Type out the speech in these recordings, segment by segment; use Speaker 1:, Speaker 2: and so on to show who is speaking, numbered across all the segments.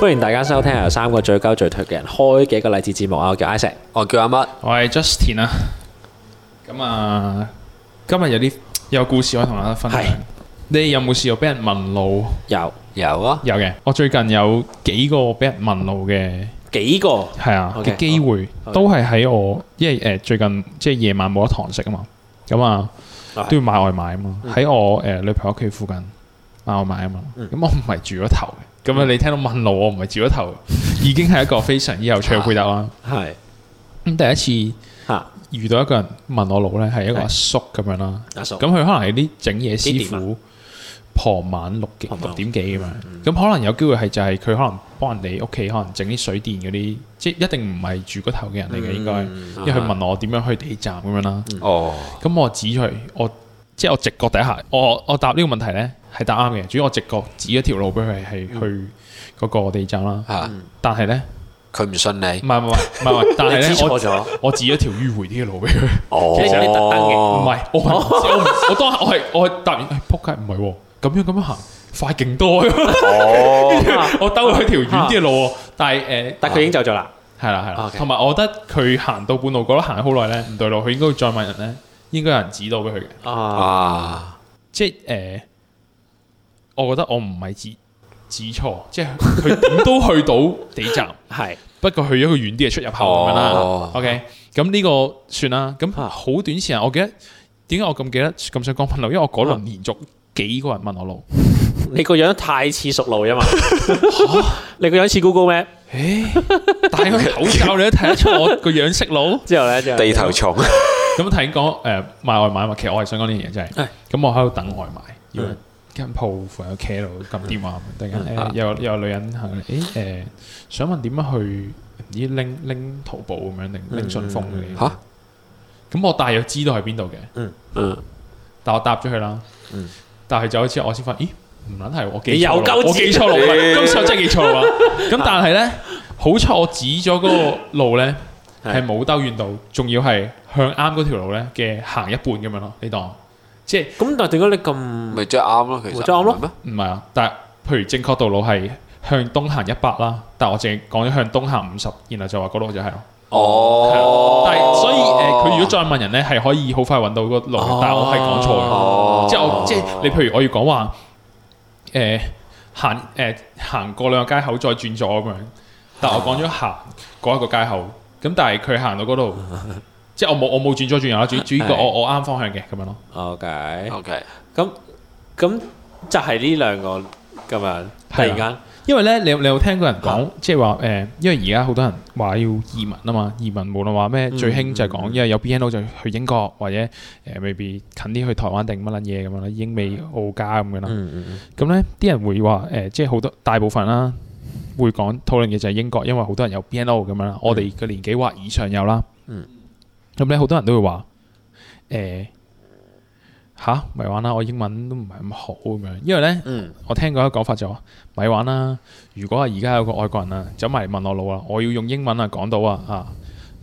Speaker 1: 歡迎大家收聽由三個最鳩最推嘅人開嘅一個勵志節目啊！我叫 Isaac，
Speaker 2: 我叫阿乜，
Speaker 3: 我係 Justin 啊。咁啊，今日有啲有故事可以同大家分享
Speaker 1: 係。
Speaker 3: 你有冇試過俾人問路？
Speaker 1: 有
Speaker 2: 有啊，
Speaker 3: 有嘅，我最近有幾個俾人問路嘅，
Speaker 1: 幾個
Speaker 3: 係啊
Speaker 1: OK，
Speaker 3: 嘅機會
Speaker 1: 好
Speaker 3: 都係喺我，因為誒、呃最近即係夜晚冇得堂食啊嘛，咁啊
Speaker 1: 係
Speaker 3: 都要買外賣啊嘛，
Speaker 1: 嗯
Speaker 3: 喺我誒、呃女朋友屋企附近買外賣啊嘛，咁我唔係住咗頭嘅，咁
Speaker 1: 嗯
Speaker 3: 啊你聽到問路我唔係住咗頭，已經係一個非常之有趣嘅回答啦。
Speaker 1: 係
Speaker 3: 咁第一次。
Speaker 1: 嚇
Speaker 3: 遇到一個人問我路咧，係一個阿叔咁樣啦。
Speaker 1: 阿叔
Speaker 3: 咁佢可能係啲整嘢師
Speaker 1: 哦幾啊
Speaker 3: 傅，傍晚六幾
Speaker 1: 傍晚嗯
Speaker 3: 六點幾咁樣。咁可能有機會係就係佢可能幫人哋屋企可能整啲水電嗰啲，即係一定唔係住嗰頭嘅人嚟
Speaker 1: 嗯
Speaker 3: 嘅應該。因為佢問我點樣去地鐵站咁樣啦。
Speaker 2: 哦，
Speaker 3: 咁我指佢，我即係我直覺底下，我我答呢個問題咧係答啱嘅，主要我直覺指一條路俾佢係
Speaker 1: 嗯
Speaker 3: 去嗰個地鐵站啦。
Speaker 2: 吓，
Speaker 3: 但係咧，
Speaker 2: 佢唔信
Speaker 3: 唔
Speaker 2: 你，
Speaker 3: 係唔係唔係唔係，但 係
Speaker 1: 你知
Speaker 3: 咧
Speaker 1: 錯
Speaker 3: 我
Speaker 1: 咗，
Speaker 3: 我指一條迂迴啲嘅路俾佢。
Speaker 2: 哦
Speaker 1: 其實你特登嘅
Speaker 3: 唔係，我係唔 知我唔我當下我係我係答完，哎仆街唔係喎，咁樣咁樣行快勁多，啊
Speaker 2: 哦，
Speaker 3: 我兜去條遠啲嘅路喎，但係誒，
Speaker 1: 但佢已經走咗啦。
Speaker 3: 係啦係啦
Speaker 1: OK，
Speaker 3: 同埋我覺得佢行到半路嗰度行咗好耐咧，唔對路，佢應該會再問人咧，應該有人指導俾佢嘅，
Speaker 1: 啊，
Speaker 2: 啊，
Speaker 3: 即係誒，我覺得我唔係指指錯，即係佢點都去到地站。
Speaker 1: 係
Speaker 3: 不過去咗個遠啲嘅出入口咁樣
Speaker 2: 哦
Speaker 3: 啦。OK，咁呢個算啦。咁
Speaker 1: 啊
Speaker 3: 好短時間，我記得點解我咁記得咁想講問路，因為我嗰
Speaker 2: 啊
Speaker 3: 輪連續幾個人問我路。
Speaker 1: 你個樣太似熟路 啊嘛，你個樣似 Google Map
Speaker 3: 戴個口罩你都睇得出我個樣識路。
Speaker 1: 之後咧就
Speaker 2: 地頭蟲，
Speaker 3: 咁頭先講誒賣外賣嘛，其實我係想講呢樣嘢，就係
Speaker 2: 哎
Speaker 1: 係
Speaker 3: 咁我喺度等外賣，要間鋪附近有企喺度撳電話，突然間
Speaker 2: 嗯啊
Speaker 3: 誒有有女人行嚟，誒誒想問點樣去唔知拎拎淘寶咁樣定
Speaker 2: 嗯
Speaker 3: 拎順豐嘅
Speaker 2: 吓
Speaker 3: 咁我大約知道係邊度嘅。
Speaker 1: 嗯
Speaker 3: 但我答咗佢啦。
Speaker 2: 嗯
Speaker 3: 但係走咗之後，我先發現，咦，唔撚係我記
Speaker 1: 你又
Speaker 3: 錯
Speaker 1: 鳩
Speaker 3: 路，我記
Speaker 1: 指
Speaker 3: 錯 路，
Speaker 2: 你
Speaker 3: 今次我真係記錯啦。咁但係咧，好彩我指咗嗰個路咧，
Speaker 1: 係
Speaker 3: 係冇兜遠道，仲要係向啱嗰條路咧嘅行一半咁樣咯。你當即係
Speaker 1: 咁但係點解你咁
Speaker 2: 咪即係啱咯，其實
Speaker 1: 咪即係啱咯
Speaker 2: 唔係
Speaker 3: 唔
Speaker 2: 咩？
Speaker 3: 係啊？但係譬如正確道路係向東行一百啦，但我淨係講咗向東行五十，然後就話嗰度就係咯。係啊，
Speaker 2: 哦
Speaker 3: 但係所以誒，佢如果再問人咧，係可以好快揾到個路，但係我係講錯嘅。
Speaker 2: 哦
Speaker 3: 即係我即係你，譬如我要講話誒行誒行過兩個街口再轉左咁樣，但我講咗行嗰一個街口，咁但係佢行到嗰 度，即係我冇我冇轉左轉右啦，主主要個
Speaker 1: 係
Speaker 3: 我我啱方向嘅咁樣咯，
Speaker 1: ？OK，
Speaker 2: OK，À,
Speaker 1: 咁就係呢兩個咁樣，突然間
Speaker 3: 因為咧你有你有聽過人講，即係話誒，因為而家好多人話要移民啊嘛，移民無論話咩
Speaker 1: 嗯
Speaker 3: 最興就係
Speaker 1: 嗯
Speaker 3: 講，因為有 BNO 就去英國或者誒 maybe 近啲去台灣定乜撚嘢咁樣啦，英美澳加咁樣啦。
Speaker 1: 嗯嗯
Speaker 3: 咁咧，啲人會話誒、呃即係好多大部分啦，會講討論嘅就係英國，因為好多人有 BNO 咁樣啦。我哋嘅年紀或以上有啦。
Speaker 1: 嗯。
Speaker 3: 咁咧，好多人都會話誒吓，咪玩啦！我英文都唔係咁好咁樣，因為咧，
Speaker 1: 嗯
Speaker 3: 我聽過一個講法就話咪玩啦。如果係而家有個外國人啊，走埋嚟問我路啊，我要用英文啊講到啊啊，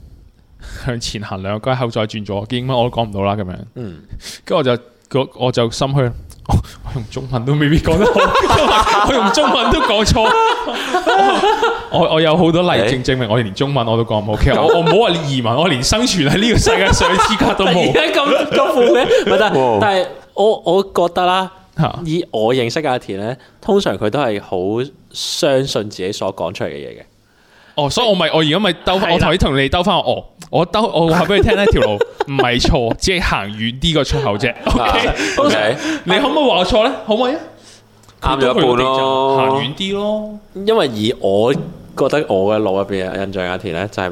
Speaker 3: 向前行兩個街口再轉左，嘅英文我都講唔到啦咁樣。
Speaker 1: 嗯
Speaker 3: 跟住我就個我就心虛，我我用中文都未必講得好， 我用中文都講錯。 我我我有好多例證證明我連中文我都講唔好。其實我我唔好話移民，我連生存喺呢個世界上嘅 資格都
Speaker 1: 突然
Speaker 3: 冇。
Speaker 1: 間咁咁負面，唔係但係但係我我覺得啦。
Speaker 3: 嚇
Speaker 1: 以我認識嘅阿田咧，通常佢都係好相信自己所講出嚟嘅嘢嘅。
Speaker 3: 哦，所以我咪我而家咪兜
Speaker 1: 係
Speaker 3: 返，
Speaker 1: 啦
Speaker 3: 我頭先同你兜翻我，哦我兜我話俾你聽呢條 路唔係錯，只係行遠啲個出口
Speaker 2: 啊
Speaker 3: 啫。OK，
Speaker 2: OK，
Speaker 3: 你可唔可以話我錯咧？可唔可以啊？
Speaker 2: 啱咗一半咯
Speaker 3: 行遠啲咯。
Speaker 1: 因為以我覺得我嘅腦入邊嘅印象阿田咧，就係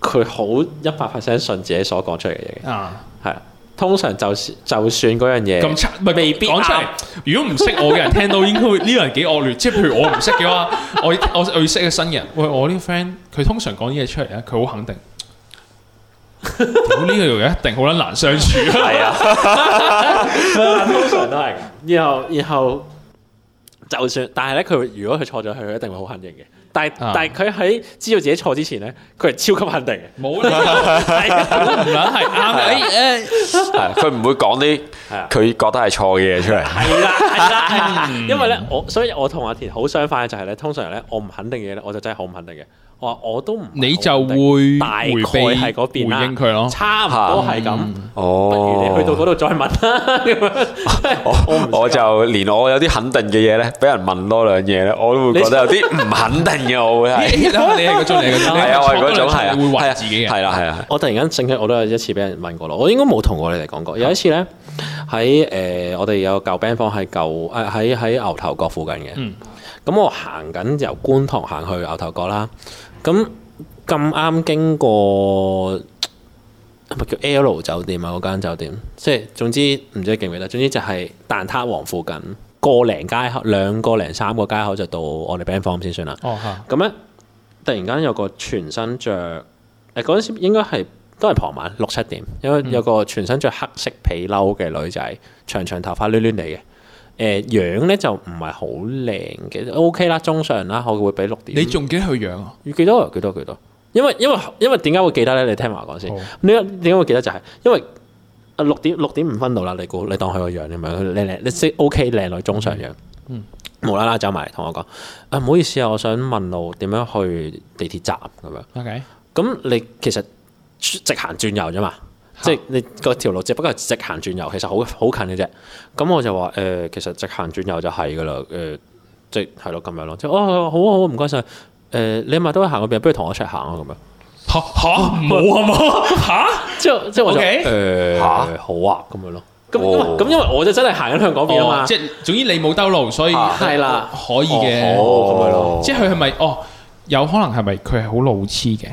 Speaker 1: 佢好一百 percent 信自己所講出嚟嘅嘢嘅。
Speaker 3: 啊。
Speaker 1: 係啊，通常就算就算嗰樣
Speaker 3: 咁
Speaker 1: 嘢，
Speaker 3: 差，唔係
Speaker 1: 未必
Speaker 3: 講出嚟。如果唔識我嘅人聽到，應該會呢個人幾惡劣。即係譬如我唔識嘅話，我我我要識嘅新嘅人，喂，我呢個 friend 佢通常講啲嘢出嚟咧，佢好肯 定。屌呢個人一定好撚難相處 啊！
Speaker 2: 係啊，
Speaker 1: 通常都係。然後然後就算，但係咧，佢如果佢錯咗，佢一定會好肯認嘅。但係
Speaker 3: 啊
Speaker 1: 但係佢喺知道自己錯之前咧，佢係超級肯定嘅。
Speaker 3: 冇啦，
Speaker 1: 係啊
Speaker 3: 唔撚係
Speaker 2: À,
Speaker 3: 啱嘅。
Speaker 2: 係佢唔會講啲
Speaker 1: 係啊
Speaker 2: 佢覺得係錯嘅嘢出 嚟。
Speaker 1: 係啦，係啦，係啦，
Speaker 3: 嗯
Speaker 1: 因為咧，我所以我同阿田好相反嘅就係咧，通常咧，我唔肯定嘅嘢咧，我就真係好唔肯定嘅。我話我都唔係好肯定，
Speaker 3: 你就會
Speaker 1: 大概
Speaker 3: 迴避
Speaker 1: 係嗰邊啦
Speaker 3: 回應 佢咯
Speaker 1: 差唔多係咁。
Speaker 2: 哦，
Speaker 1: 不如你去到嗰度再問啦，咁樣 我唔
Speaker 2: 我我就連我有啲肯定嘅嘢咧，俾人問多兩嘢咧，我都會覺得有啲唔肯定嘅，我會 係
Speaker 3: 你係嗰種 嚟嘅，
Speaker 2: 係啊，我係嗰種係啊，
Speaker 3: 會
Speaker 2: 係啊
Speaker 3: 話自己嘅。
Speaker 2: 係啦係啦，
Speaker 1: 我突然間醒起，我都有一次俾人問過咯。我應該冇同過你哋講過。有一次咧，喺誒、呃我哋有舊 band 房喺舊誒喺喺牛頭角附近嘅。咁、
Speaker 3: 嗯
Speaker 1: 我行緊由觀塘行去牛頭角啦。咁咁啱經過係咪叫 L 酒店啊？嗰間酒店，即係總之唔知記唔記得。總之就係蛋撻王附近個零街口，兩個零三個街口就到我哋 band 房先算啦。
Speaker 3: 哦嚇，
Speaker 1: 咁咧，突然間有個全身着，誒嗰陣時應該係都係傍晚六七點，因為有個全身着黑色皮褸嘅女仔，長長頭髮攣攣嚟嘅。誒、樣咧就唔係好靚嘅，OK 啦，中上啦，我會俾六點。
Speaker 3: 你仲記得佢樣啊？
Speaker 1: 要幾多啊？幾多幾多？因為因為因為點解會記得咧？你聽埋我講先
Speaker 3: 好。
Speaker 1: 你點解會記得就係、因為啊六點六點五分到啦，你估你當佢個樣咁樣，佢靚靚，你識 OK 靚女中上樣。
Speaker 3: 嗯
Speaker 1: 無啦啦走埋嚟同我講，啊唔好意思啊，我想問路點樣去地鐵站咁樣。
Speaker 3: OK，
Speaker 1: 咁你其實直行轉右啫嘛，即係你個條路只不過係直行轉右，其實好好近嘅啫。咁我就話誒、呃其實直行轉右就係噶啦，誒、即係係咯咁樣咯，即係哦好啊好啊唔該晒。誒、你係咪都行嗰邊，不如同我一齊行啊咁樣。
Speaker 3: 嚇嚇冇啊嘛 嚇，
Speaker 1: 之後之後我就誒
Speaker 3: OK
Speaker 1: 呃
Speaker 2: 嚇
Speaker 1: 好啊咁樣咯。咁因為
Speaker 2: 哦
Speaker 1: 咁因為我就真係行緊向嗰邊啊嘛
Speaker 3: 哦，即係總之你冇兜路，所以
Speaker 2: 啊
Speaker 1: 係啦
Speaker 3: 可以
Speaker 1: 哦
Speaker 3: 嘅。
Speaker 1: 好咁樣咯
Speaker 3: 即係佢係咪哦？有可能係咪佢係好路痴嘅？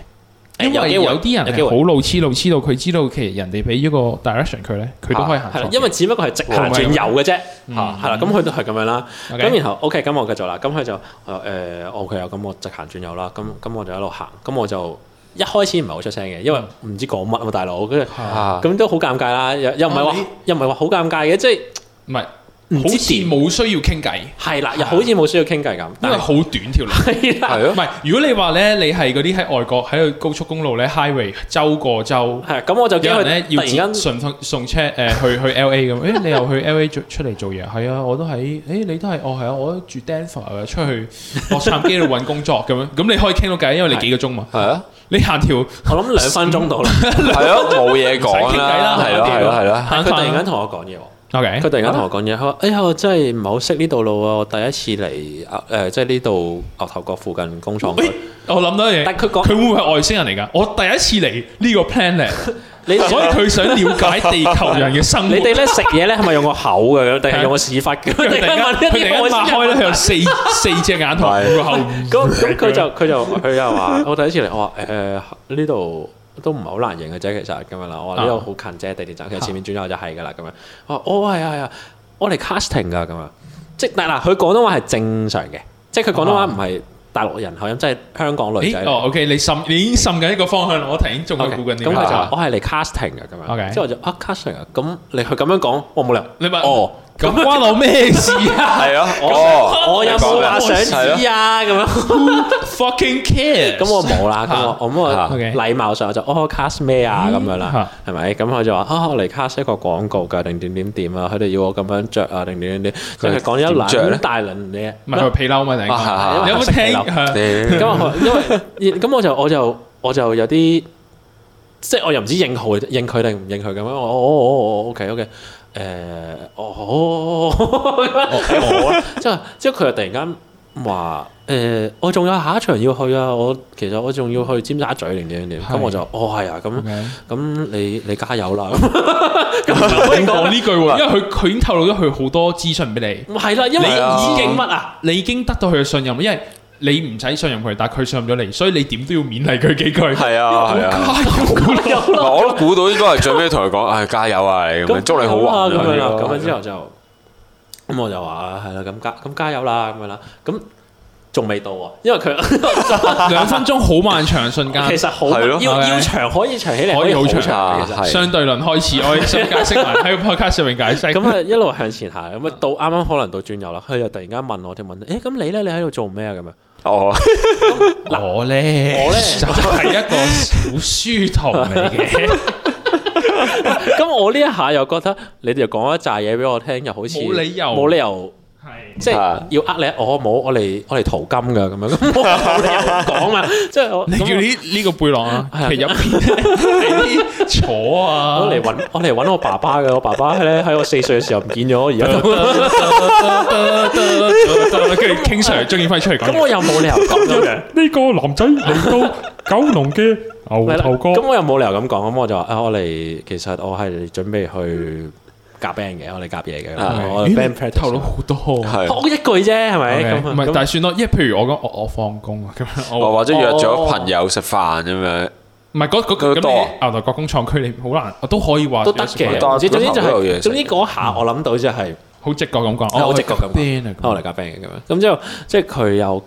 Speaker 1: 誒
Speaker 3: 因
Speaker 1: 有
Speaker 3: 為
Speaker 1: 機會
Speaker 3: 有啲人
Speaker 1: 有
Speaker 3: 係
Speaker 1: 機會
Speaker 3: 好路痴，路痴到佢知道其實人哋俾咗個 direction 佢咧，佢都可以行
Speaker 1: 係啦
Speaker 3: 啊錯，
Speaker 1: 因為只不過係直行轉右嘅啫，
Speaker 3: 嗯
Speaker 1: 嚇係啦，咁佢都係咁樣啦。
Speaker 3: OK
Speaker 1: 咁然後 OK，咁我繼續啦。咁佢就誒誒 OK 啊，咁我直行轉右啦。咁咁我就一路行，咁我就一開始唔係好出聲嘅，因為
Speaker 3: 嗯
Speaker 1: 唔知講乜啊嘛，大佬，跟住
Speaker 2: 啊
Speaker 1: 咁都好尷尬啦。又又唔係
Speaker 3: 啊
Speaker 1: 話
Speaker 3: 你
Speaker 1: 又唔係話好尷尬嘅，即係
Speaker 3: 唔係
Speaker 1: 唔
Speaker 3: 好
Speaker 1: 知
Speaker 3: 似
Speaker 1: 點
Speaker 3: 冇需要傾偈，
Speaker 1: 係啦，又好似冇需要傾偈咁。
Speaker 3: 因
Speaker 1: 但
Speaker 3: 為
Speaker 1: 係
Speaker 3: 好短條路。
Speaker 1: 係啦，
Speaker 2: 係
Speaker 3: 唔
Speaker 2: 咯，
Speaker 3: 係，如果你話咧，你係嗰啲喺外國喺個高速公路咧 highway 周過周，
Speaker 1: 係啊咁我就驚
Speaker 3: 有
Speaker 1: 佢
Speaker 3: 人咧
Speaker 1: 突
Speaker 3: 要
Speaker 1: 然間
Speaker 3: 接順風送車誒、呃去去 L A 咁，誒你又去 L A 出嚟做嘢，係啊，我都喺誒、你都係，哦係啊，我都住 Denver 啊，出去洛杉磯度揾工作咁樣，咁你可以傾到偈，因為你幾個鐘嘛，
Speaker 2: 係啊，
Speaker 3: 你行條
Speaker 1: 我諗兩分鐘到 啦，
Speaker 2: 係啊，冇嘢講啦，係咯係咯係咯，
Speaker 1: 但
Speaker 3: 行
Speaker 1: 係佢突然間
Speaker 3: 翻
Speaker 1: 同我講嘢喎。
Speaker 3: ，OK，
Speaker 1: 佢突然間同我講嘢，佢話：哎呀，我真係唔係好識呢度路啊！我第一次嚟啊誒，即係呢度牛頭角附近工廠區。
Speaker 3: 我諗到一樣嘢，
Speaker 1: 但佢講
Speaker 3: 佢會唔會係外星人嚟㗎？我第一次嚟呢個 planet，
Speaker 1: 你
Speaker 3: 所以佢想了解地球人嘅生活
Speaker 1: 你。哋咧食嘢咧係咪用個口嘅，定係啊用個屎忽嘅？
Speaker 3: 佢突然間佢突然間
Speaker 1: 我
Speaker 3: 擘開咧，佢有四四隻眼同
Speaker 2: 係
Speaker 3: 五個後面。
Speaker 1: 咁咁佢就佢就佢又話：我第一次嚟，我話誒呢度都唔係好難認嘅啫，其實咁樣啦。我話呢度好近啫，地鐵站其實前面轉右就係㗎啦，咁樣。我話：哦係啊係啊，我嚟 casting 㗎咁樣。即係但嗱，佢廣東話係正常嘅，即係佢廣東話唔係大陸人口音，即係香港女
Speaker 3: 咦
Speaker 1: 仔嚟嘅。
Speaker 3: 哦，OK，你滲你已經滲緊一個方向啦，我頭先仲喺
Speaker 1: OK，
Speaker 3: 估緊
Speaker 1: 咁
Speaker 3: 點
Speaker 1: 佢就話
Speaker 3: 啊
Speaker 1: 我係嚟 casting 嘅咁
Speaker 3: OK
Speaker 1: 樣，之後我就啊 casting 啊，咁你佢咁樣講，我冇理由。
Speaker 3: 你咪
Speaker 1: 哦，
Speaker 3: 咁關我咩事啊
Speaker 2: 係啊，哦，
Speaker 1: 我有冇話想
Speaker 2: 係咯
Speaker 1: 知啊？咁樣，
Speaker 3: ？Fucking care。
Speaker 1: 咁我冇 啦。咁我咁
Speaker 2: 啊
Speaker 1: 我
Speaker 3: OK
Speaker 1: 禮貌上我就哦 cast 咩啊咁樣啦，係咪？咁佢就話啊，我嚟 cast 一個廣告㗎，定點點點啊，佢哋要我咁樣着啊，定點點點，即係佢講咗一
Speaker 2: 點着咧
Speaker 1: 輪大輪嘢。
Speaker 3: 唔係佢皮褸嘛？突然間
Speaker 2: 啊啊啊
Speaker 3: 你有冇
Speaker 1: 識皮褸
Speaker 3: 聽？係
Speaker 2: 你
Speaker 1: 咁我因為咁我就我就我就有啲即係我又唔知應佢應佢定唔應佢咁樣。我哦我我我 OK OK 誒哦，我 即係即係佢又突然間話誒，我仲有下一場要去啊！我其實我仲要去尖沙咀定點點，咁我就哦係啊，咁
Speaker 3: OK
Speaker 1: 咁你你加油啦！
Speaker 3: 你講呢句喎，因為佢佢已經透露咗佢好多資訊俾
Speaker 1: 唔係啦，因為已經乜啊？
Speaker 3: 你，你已經得到佢嘅信任，因為你唔使信任佢，但係佢信任咗你，所以你點都要勉勵佢幾句。
Speaker 2: 係啊係啊。
Speaker 3: 加油
Speaker 1: 有
Speaker 2: 唔係我都估到應該係最尾同佢講，唉加油啊你咁樣，祝你好運
Speaker 1: 啊
Speaker 2: 啊
Speaker 1: 咁樣啦，
Speaker 2: 呢個
Speaker 1: 咁樣之後就咁我就話啊係啦，咁加咁加油啦咁樣啦，咁仲未到喎，因為佢
Speaker 3: 兩分鐘好漫長嘅瞬間。
Speaker 1: 其實好
Speaker 2: 係咯
Speaker 1: 要
Speaker 3: 係咪
Speaker 1: 要長可以長起嚟，
Speaker 3: 可以好長
Speaker 1: 長其實
Speaker 2: 係
Speaker 3: 相對論開 始，我哋先解釋埋喺個 podcast 上面解釋。
Speaker 1: 咁啊一路 向前行，咁啊到啱啱可能到轉右啦，佢又突然間問我條問題，誒咁你咧你喺度做咩啊咁樣？
Speaker 2: 哦，
Speaker 3: 我咧，
Speaker 1: 我呢
Speaker 3: 就係一個小書童嚟嘅，
Speaker 1: 咁我呢一下又覺得你哋又講一扎嘢俾我聽，又好似
Speaker 3: 冇理由
Speaker 1: 冇理由。
Speaker 3: 係
Speaker 1: 即係
Speaker 2: 啊
Speaker 1: 要呃你，我冇，我嚟我嚟淘金㗎咁樣，咁我冇理由講嘛，即係我
Speaker 3: 你叫
Speaker 1: 咁啊
Speaker 3: 呢呢個背囊啊，
Speaker 1: 係啊
Speaker 3: 其入邊 係啲坐
Speaker 1: 我
Speaker 3: 啊
Speaker 1: 我，嚟揾我嚟揾我爸爸嘅，我爸爸咧喺我四歲嘅時候唔見咗，而家都
Speaker 3: 跟住 King Sir 中意翻出嚟
Speaker 1: 咁
Speaker 3: 講
Speaker 1: 我又冇理由 咁樣嘅，
Speaker 3: 呢個男仔嚟到九龍嘅
Speaker 1: 係
Speaker 3: 牛
Speaker 1: 啦咁我又冇理由咁講，咁我就話啊，我嚟其實我係準備去夾 band 嘅，我嚟夾嘢嘅，
Speaker 2: 啊
Speaker 1: 我 band
Speaker 3: 咦透露
Speaker 1: practice。
Speaker 3: 好多。
Speaker 2: 係，
Speaker 1: 我一句啫，係咪？
Speaker 3: OK，
Speaker 1: 咁啊
Speaker 3: 唔係，
Speaker 1: 咁
Speaker 3: 但係算咯，因為譬如我講我我放工啊，咁樣
Speaker 2: 我
Speaker 1: 哦
Speaker 3: 我
Speaker 2: 哦或者約咗朋友食飯咁樣，
Speaker 3: 唔係嗰嗰
Speaker 2: 佢
Speaker 3: 咁
Speaker 2: 多啊
Speaker 3: 你牛頭角工廠區你好難，我都可以話
Speaker 1: 都得
Speaker 2: 有
Speaker 1: 嘅。
Speaker 2: 時候
Speaker 1: 唔知總之就
Speaker 2: 都有嘢
Speaker 1: 係
Speaker 2: 食
Speaker 1: 總之嗰下我諗到就係。
Speaker 3: 好直覺咁講，
Speaker 1: 係
Speaker 3: 我
Speaker 1: 好直覺咁講
Speaker 3: 邊啊
Speaker 1: 啊我嚟夾 band 嘅咁樣。咁之後即係佢又，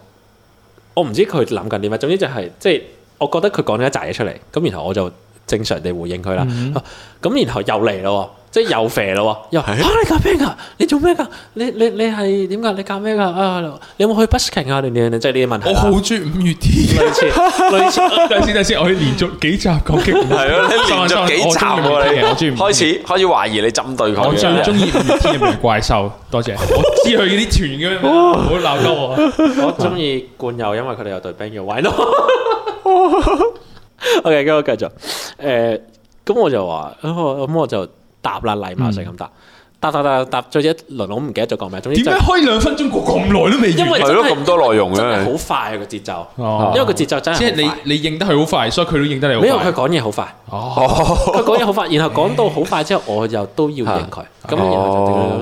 Speaker 1: 我唔知佢諗緊啲乜，總之就係、即係我覺得佢講咗一紮嘢出嚟，咁然後我就正常地回應佢啦。
Speaker 3: 嗯
Speaker 1: 啊咁、然後又嚟咯喎。 即係又肥咯喎，又嚇、
Speaker 2: 係
Speaker 1: 你夾 band 㗎？你做咩㗎？你你你係點㗎？你夾咩㗎？啊，你有冇去 busking 啊？你你你即係呢啲問題
Speaker 3: 我
Speaker 1: 啦。
Speaker 3: 好中意五月 天。
Speaker 1: 類似 類似，
Speaker 3: 等陣先，等陣先，我要連續幾集講激
Speaker 2: 係 咯，你連續
Speaker 3: 我中意
Speaker 2: 幾集喎你，
Speaker 3: 五
Speaker 2: 開
Speaker 3: 月天
Speaker 2: 始開始懷疑你針對佢
Speaker 3: 我最
Speaker 2: 嘅
Speaker 3: 中，意五月天入面嘅怪獸，多謝。我知佢啲團嘅，唔好鬧鳩我。啊
Speaker 1: 我中意冠佑，因為佢哋有隊 band 叫 Why Not。OK，咁我繼續。誒、咁我就話，咁我咁我就答啦，禮貌性咁
Speaker 3: 嗯
Speaker 1: 答，答答答答，最一輪我唔記得咗講咩，總之
Speaker 3: 點
Speaker 1: 就
Speaker 3: 解可以兩分鐘過咁耐都未
Speaker 1: 因為
Speaker 3: 完？
Speaker 2: 係
Speaker 1: 真
Speaker 2: 咯
Speaker 1: 係
Speaker 2: 咁多內容
Speaker 1: 真係
Speaker 2: 嘅，
Speaker 1: 好快啊個節奏，
Speaker 3: 哦
Speaker 1: 因為個節奏真
Speaker 3: 即
Speaker 1: 係
Speaker 3: 係
Speaker 1: 好
Speaker 3: 你你認得佢好快，所以佢都認得
Speaker 1: 快，
Speaker 3: 你
Speaker 1: 因
Speaker 3: 好
Speaker 1: 為佢
Speaker 3: 快。
Speaker 1: 講嘢好快，
Speaker 3: 哦，
Speaker 2: 哦，
Speaker 1: 佢講嘢好快，然後講到好快之後，我又都要應佢，咁然後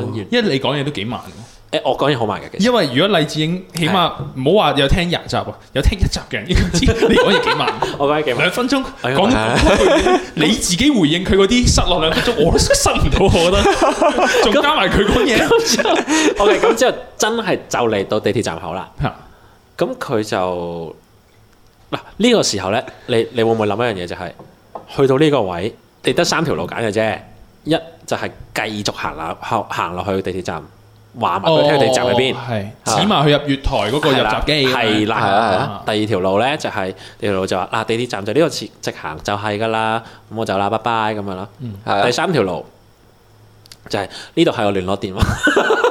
Speaker 1: 就點樣
Speaker 3: 因為你講嘢都幾慢。
Speaker 1: 完？誒，我講嘢好慢嘅，其實
Speaker 3: 因為如果黎智英，起碼唔好話有聽廿集喎，有聽一集嘅人應該知你講嘢幾慢。
Speaker 1: 我講嘢幾 慢。
Speaker 3: 兩分鐘
Speaker 1: 哎呀
Speaker 3: 講到咁多句，你自己回應佢嗰啲塞落兩分鐘，我都塞唔到，我覺 得，仲加埋佢講嘢。
Speaker 1: OK，咁之後真係就嚟到地鐵站口啦。
Speaker 3: 哦
Speaker 1: 咁佢就嗱呢、個時候咧，你你會唔會諗一樣嘢就係、去到呢個位，你得三條路揀嘅啫，一就係繼續行落行行落去地鐵站，話哦埋佢聽地鐵站喺邊。
Speaker 3: 係指埋佢入月台哦嗰個入閘機，
Speaker 1: 係啦，
Speaker 2: 係啊係
Speaker 1: 啦。第二條路咧就係、第二條路就話啊，地鐵站就呢個直直行就係噶啦，咁我就啦，拜拜咁樣啦。
Speaker 3: 嗯
Speaker 2: 係啊
Speaker 1: 第三條路就係呢度係我聯絡電話。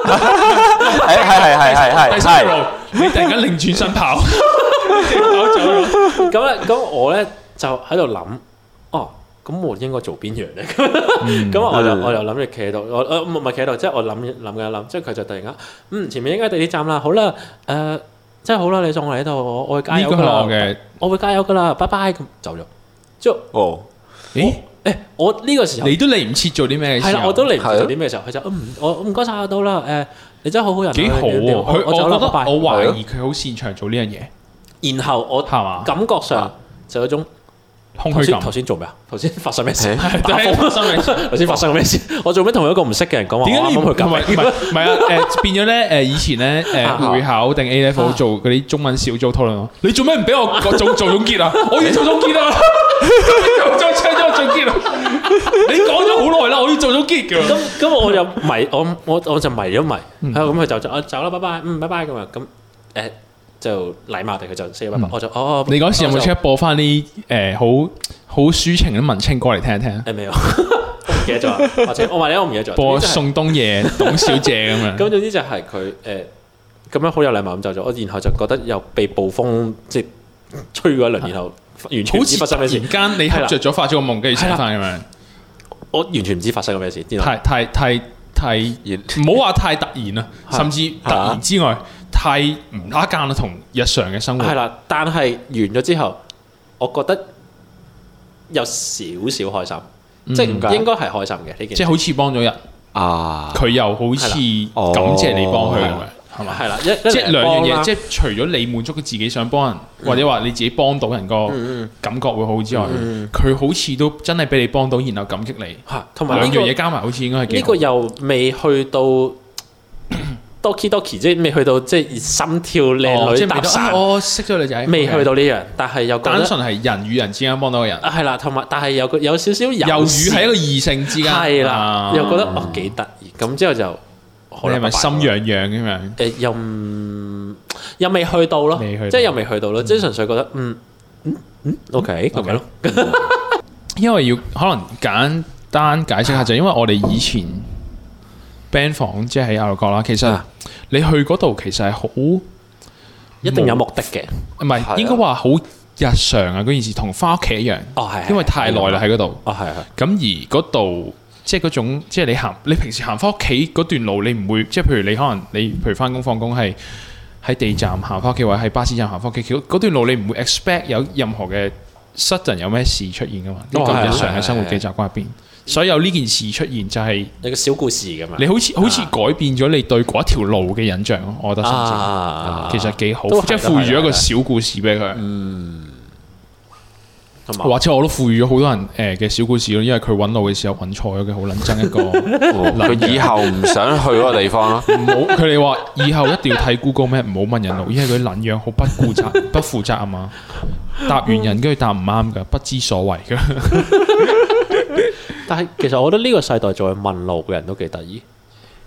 Speaker 2: 係係係係係
Speaker 3: 第三條
Speaker 2: 係，
Speaker 3: 路，你突然間擰轉身 跑，跑走
Speaker 1: 咁
Speaker 3: 咗。
Speaker 1: 咧，咁我咧就喺度諗，哦，咁我應該做邊樣咧？ 咁我就
Speaker 2: 嗯
Speaker 1: 我就諗住企喺度，我我唔唔係企喺度，即係我諗諗緊諗，即係佢就突然間，嗯，前面應該係地鐵站啦，好啦，誒，即係好啦，你送我嚟呢度，我我會加
Speaker 3: 呢
Speaker 1: 油
Speaker 3: 個
Speaker 1: 㗎
Speaker 3: 係啊我
Speaker 1: 啦，
Speaker 3: 嘅，
Speaker 1: 我會加油㗎啦，拜拜咁走咗。之後
Speaker 2: 哦，
Speaker 3: 咦？
Speaker 1: 誒，我呢個時候
Speaker 3: 你都嚟唔切做啲咩？
Speaker 1: 係啦，我都嚟唔
Speaker 2: 係
Speaker 1: 知
Speaker 2: 啊
Speaker 1: 做啲咩時候，佢就嗯，我我唔該晒我到啦，誒，你真係好好人啊，
Speaker 3: 幾好
Speaker 1: 你你我
Speaker 3: 喎。佢
Speaker 1: 我走啦，
Speaker 3: 我覺得
Speaker 1: 拜拜。
Speaker 3: 我懷疑佢好擅長做呢樣嘢，
Speaker 1: 然後我
Speaker 3: 係嘛？
Speaker 1: 感覺上就有種
Speaker 3: 空
Speaker 1: 頭
Speaker 3: 虛
Speaker 1: 先
Speaker 3: 感
Speaker 1: 頭。先做咩啊？頭先發生咩 事？
Speaker 2: 係
Speaker 1: 打風
Speaker 3: 發生嘅事
Speaker 1: 頭先發生咩事？我做咩同一個唔識嘅人講話？
Speaker 3: 點
Speaker 1: 我啱
Speaker 3: 解你
Speaker 1: 啱去
Speaker 3: 唔係唔 係
Speaker 1: 夾
Speaker 3: 唔係啊？誒變咗咧誒以前咧
Speaker 1: 啊
Speaker 3: 誒會考定 A level 做嗰啲中文小組討論咯。啊你做咩唔俾我做 做總結啊？我要做總結 啊！我做唱咗總結啊！你講咗好耐啦，我要做總結㗎。
Speaker 1: 咁咁我就迷我我我就迷咗迷，係咁佢就就啊走啦，拜拜，嗯拜拜咁啊咁誒就禮貌地佢就 say 拜拜，我就哦
Speaker 3: 你嗰時有冇
Speaker 1: 我就
Speaker 3: check 播翻啲誒好好抒情嘅文青歌嚟聽一聽？
Speaker 1: 誒未有，我唔記得咗啦，或者我話你我唔記得咗，
Speaker 3: 播
Speaker 1: 總之就係
Speaker 3: 宋 冬野、董小姐咁樣。
Speaker 1: 咁總之就係佢誒咁樣好有禮貌咁走咗，我然後就覺得又被暴風即係吹咗一輪，然後完全
Speaker 3: 好
Speaker 1: 唔知
Speaker 3: 似
Speaker 1: 發生
Speaker 3: 突
Speaker 1: 咩事，
Speaker 3: 然間你
Speaker 1: 係啦
Speaker 3: 黑着咗發咗個夢，跟住醒翻咁樣，
Speaker 1: 我完全唔知發生咗咩事，然後
Speaker 3: 太太太太。
Speaker 2: 然
Speaker 3: 唔好話太突然啦，
Speaker 1: 係啊
Speaker 3: 甚至突然之外太唔拉更啦，同日常嘅生活
Speaker 1: 係啦，但係完咗之後，我覺得有少少開心，
Speaker 3: 嗯
Speaker 1: 即係
Speaker 2: 點解
Speaker 1: 應該係開心嘅呢件
Speaker 3: 即係
Speaker 1: 事。
Speaker 3: 好似幫咗人，
Speaker 2: 啊，
Speaker 3: 佢又好似
Speaker 2: 哦
Speaker 3: 感謝你幫佢咁樣，係嘛？
Speaker 1: 係啦，一
Speaker 3: 即係兩樣嘢，即
Speaker 1: 係
Speaker 3: 係除咗你滿足佢自己想幫人，或者話你自己幫到人個
Speaker 1: 嗯
Speaker 3: 感覺會好之外，
Speaker 1: 嗯
Speaker 3: 佢好似都真係俾你幫到，然後感激你。
Speaker 1: 嚇，同埋
Speaker 3: 兩
Speaker 1: 呢
Speaker 3: 樣嘢
Speaker 1: 個
Speaker 3: 加埋，好似應該係
Speaker 1: 呢
Speaker 3: 幾好
Speaker 1: 個又未去到 doki doki，即係未去到即係心跳靚
Speaker 3: 哦即
Speaker 1: 女
Speaker 3: 係未
Speaker 1: 搭
Speaker 3: 到啊
Speaker 1: 訕，
Speaker 3: 我識咗女仔，
Speaker 1: 未去到呢樣，但係又覺
Speaker 3: 單
Speaker 1: 得
Speaker 3: 純係人與人之間幫到個人，
Speaker 1: 啊係啦，同埋但係有個有少少
Speaker 3: 又與
Speaker 1: 時
Speaker 3: 係一個異性之間，
Speaker 1: 係啦
Speaker 3: 啊，
Speaker 1: 又覺得哦幾得意，咁之後就可
Speaker 3: 你
Speaker 1: 能
Speaker 3: 係咪
Speaker 1: 拜拜
Speaker 3: 心癢癢咁樣？
Speaker 1: 誒又唔又未去到咯，
Speaker 3: 未去到
Speaker 1: 即係又未去到咯，即係純粹覺得嗯嗯嗯 OK 咁樣咯，
Speaker 3: 因為要可能簡單解釋下
Speaker 1: 啊
Speaker 3: 就係因為我哋以前 band 房即係喺亞六角啦，其實
Speaker 1: 啊
Speaker 3: 你去嗰度其實係好唔
Speaker 1: 一定有目的嘅。
Speaker 2: 係啊
Speaker 3: 係應該話好日常啊嗰件事，同翻屋企一樣，
Speaker 1: 哦係，係
Speaker 3: 因為太耐啦喺嗰度。
Speaker 1: 哦係係
Speaker 3: 咁而嗰度即係嗰種，即係你行，你平時行翻屋企嗰段路，你唔會即係譬如你可能你譬如翻工放工係喺地站行翻屋企，或者喺巴士站行翻屋企，其實嗰段路你唔會 expect 有任何嘅 sudden 有咩事出現噶嘛？呢個
Speaker 1: 哦係
Speaker 3: 日
Speaker 1: 啊
Speaker 3: 常嘅生活
Speaker 1: 係啊
Speaker 3: 嘅習慣入邊，所以有呢件事出現就係
Speaker 1: 你個小故事咁樣，
Speaker 3: 你好似好似改變咗你對嗰一條路嘅印象咯，我覺得甚至
Speaker 1: 啊
Speaker 3: 其實幾好
Speaker 1: 都，係
Speaker 3: 即係賦予咗一個小故事俾佢。
Speaker 1: 同埋
Speaker 3: 或者我都賦予咗好多人誒嘅小故事咯，因為佢揾路嘅時候揾錯咗嘅，好撚憎一個。
Speaker 2: 哦佢以後唔想去嗰個地方咯。
Speaker 3: 唔好，佢哋話以後一定要睇 Google 咩，唔好問人路，因為佢撚樣好不 顧責、不負責啊嘛。答完人跟住答唔啱噶，不知所謂噶。
Speaker 1: 但係其實我覺得呢個世代做嘅問路嘅人都幾得意，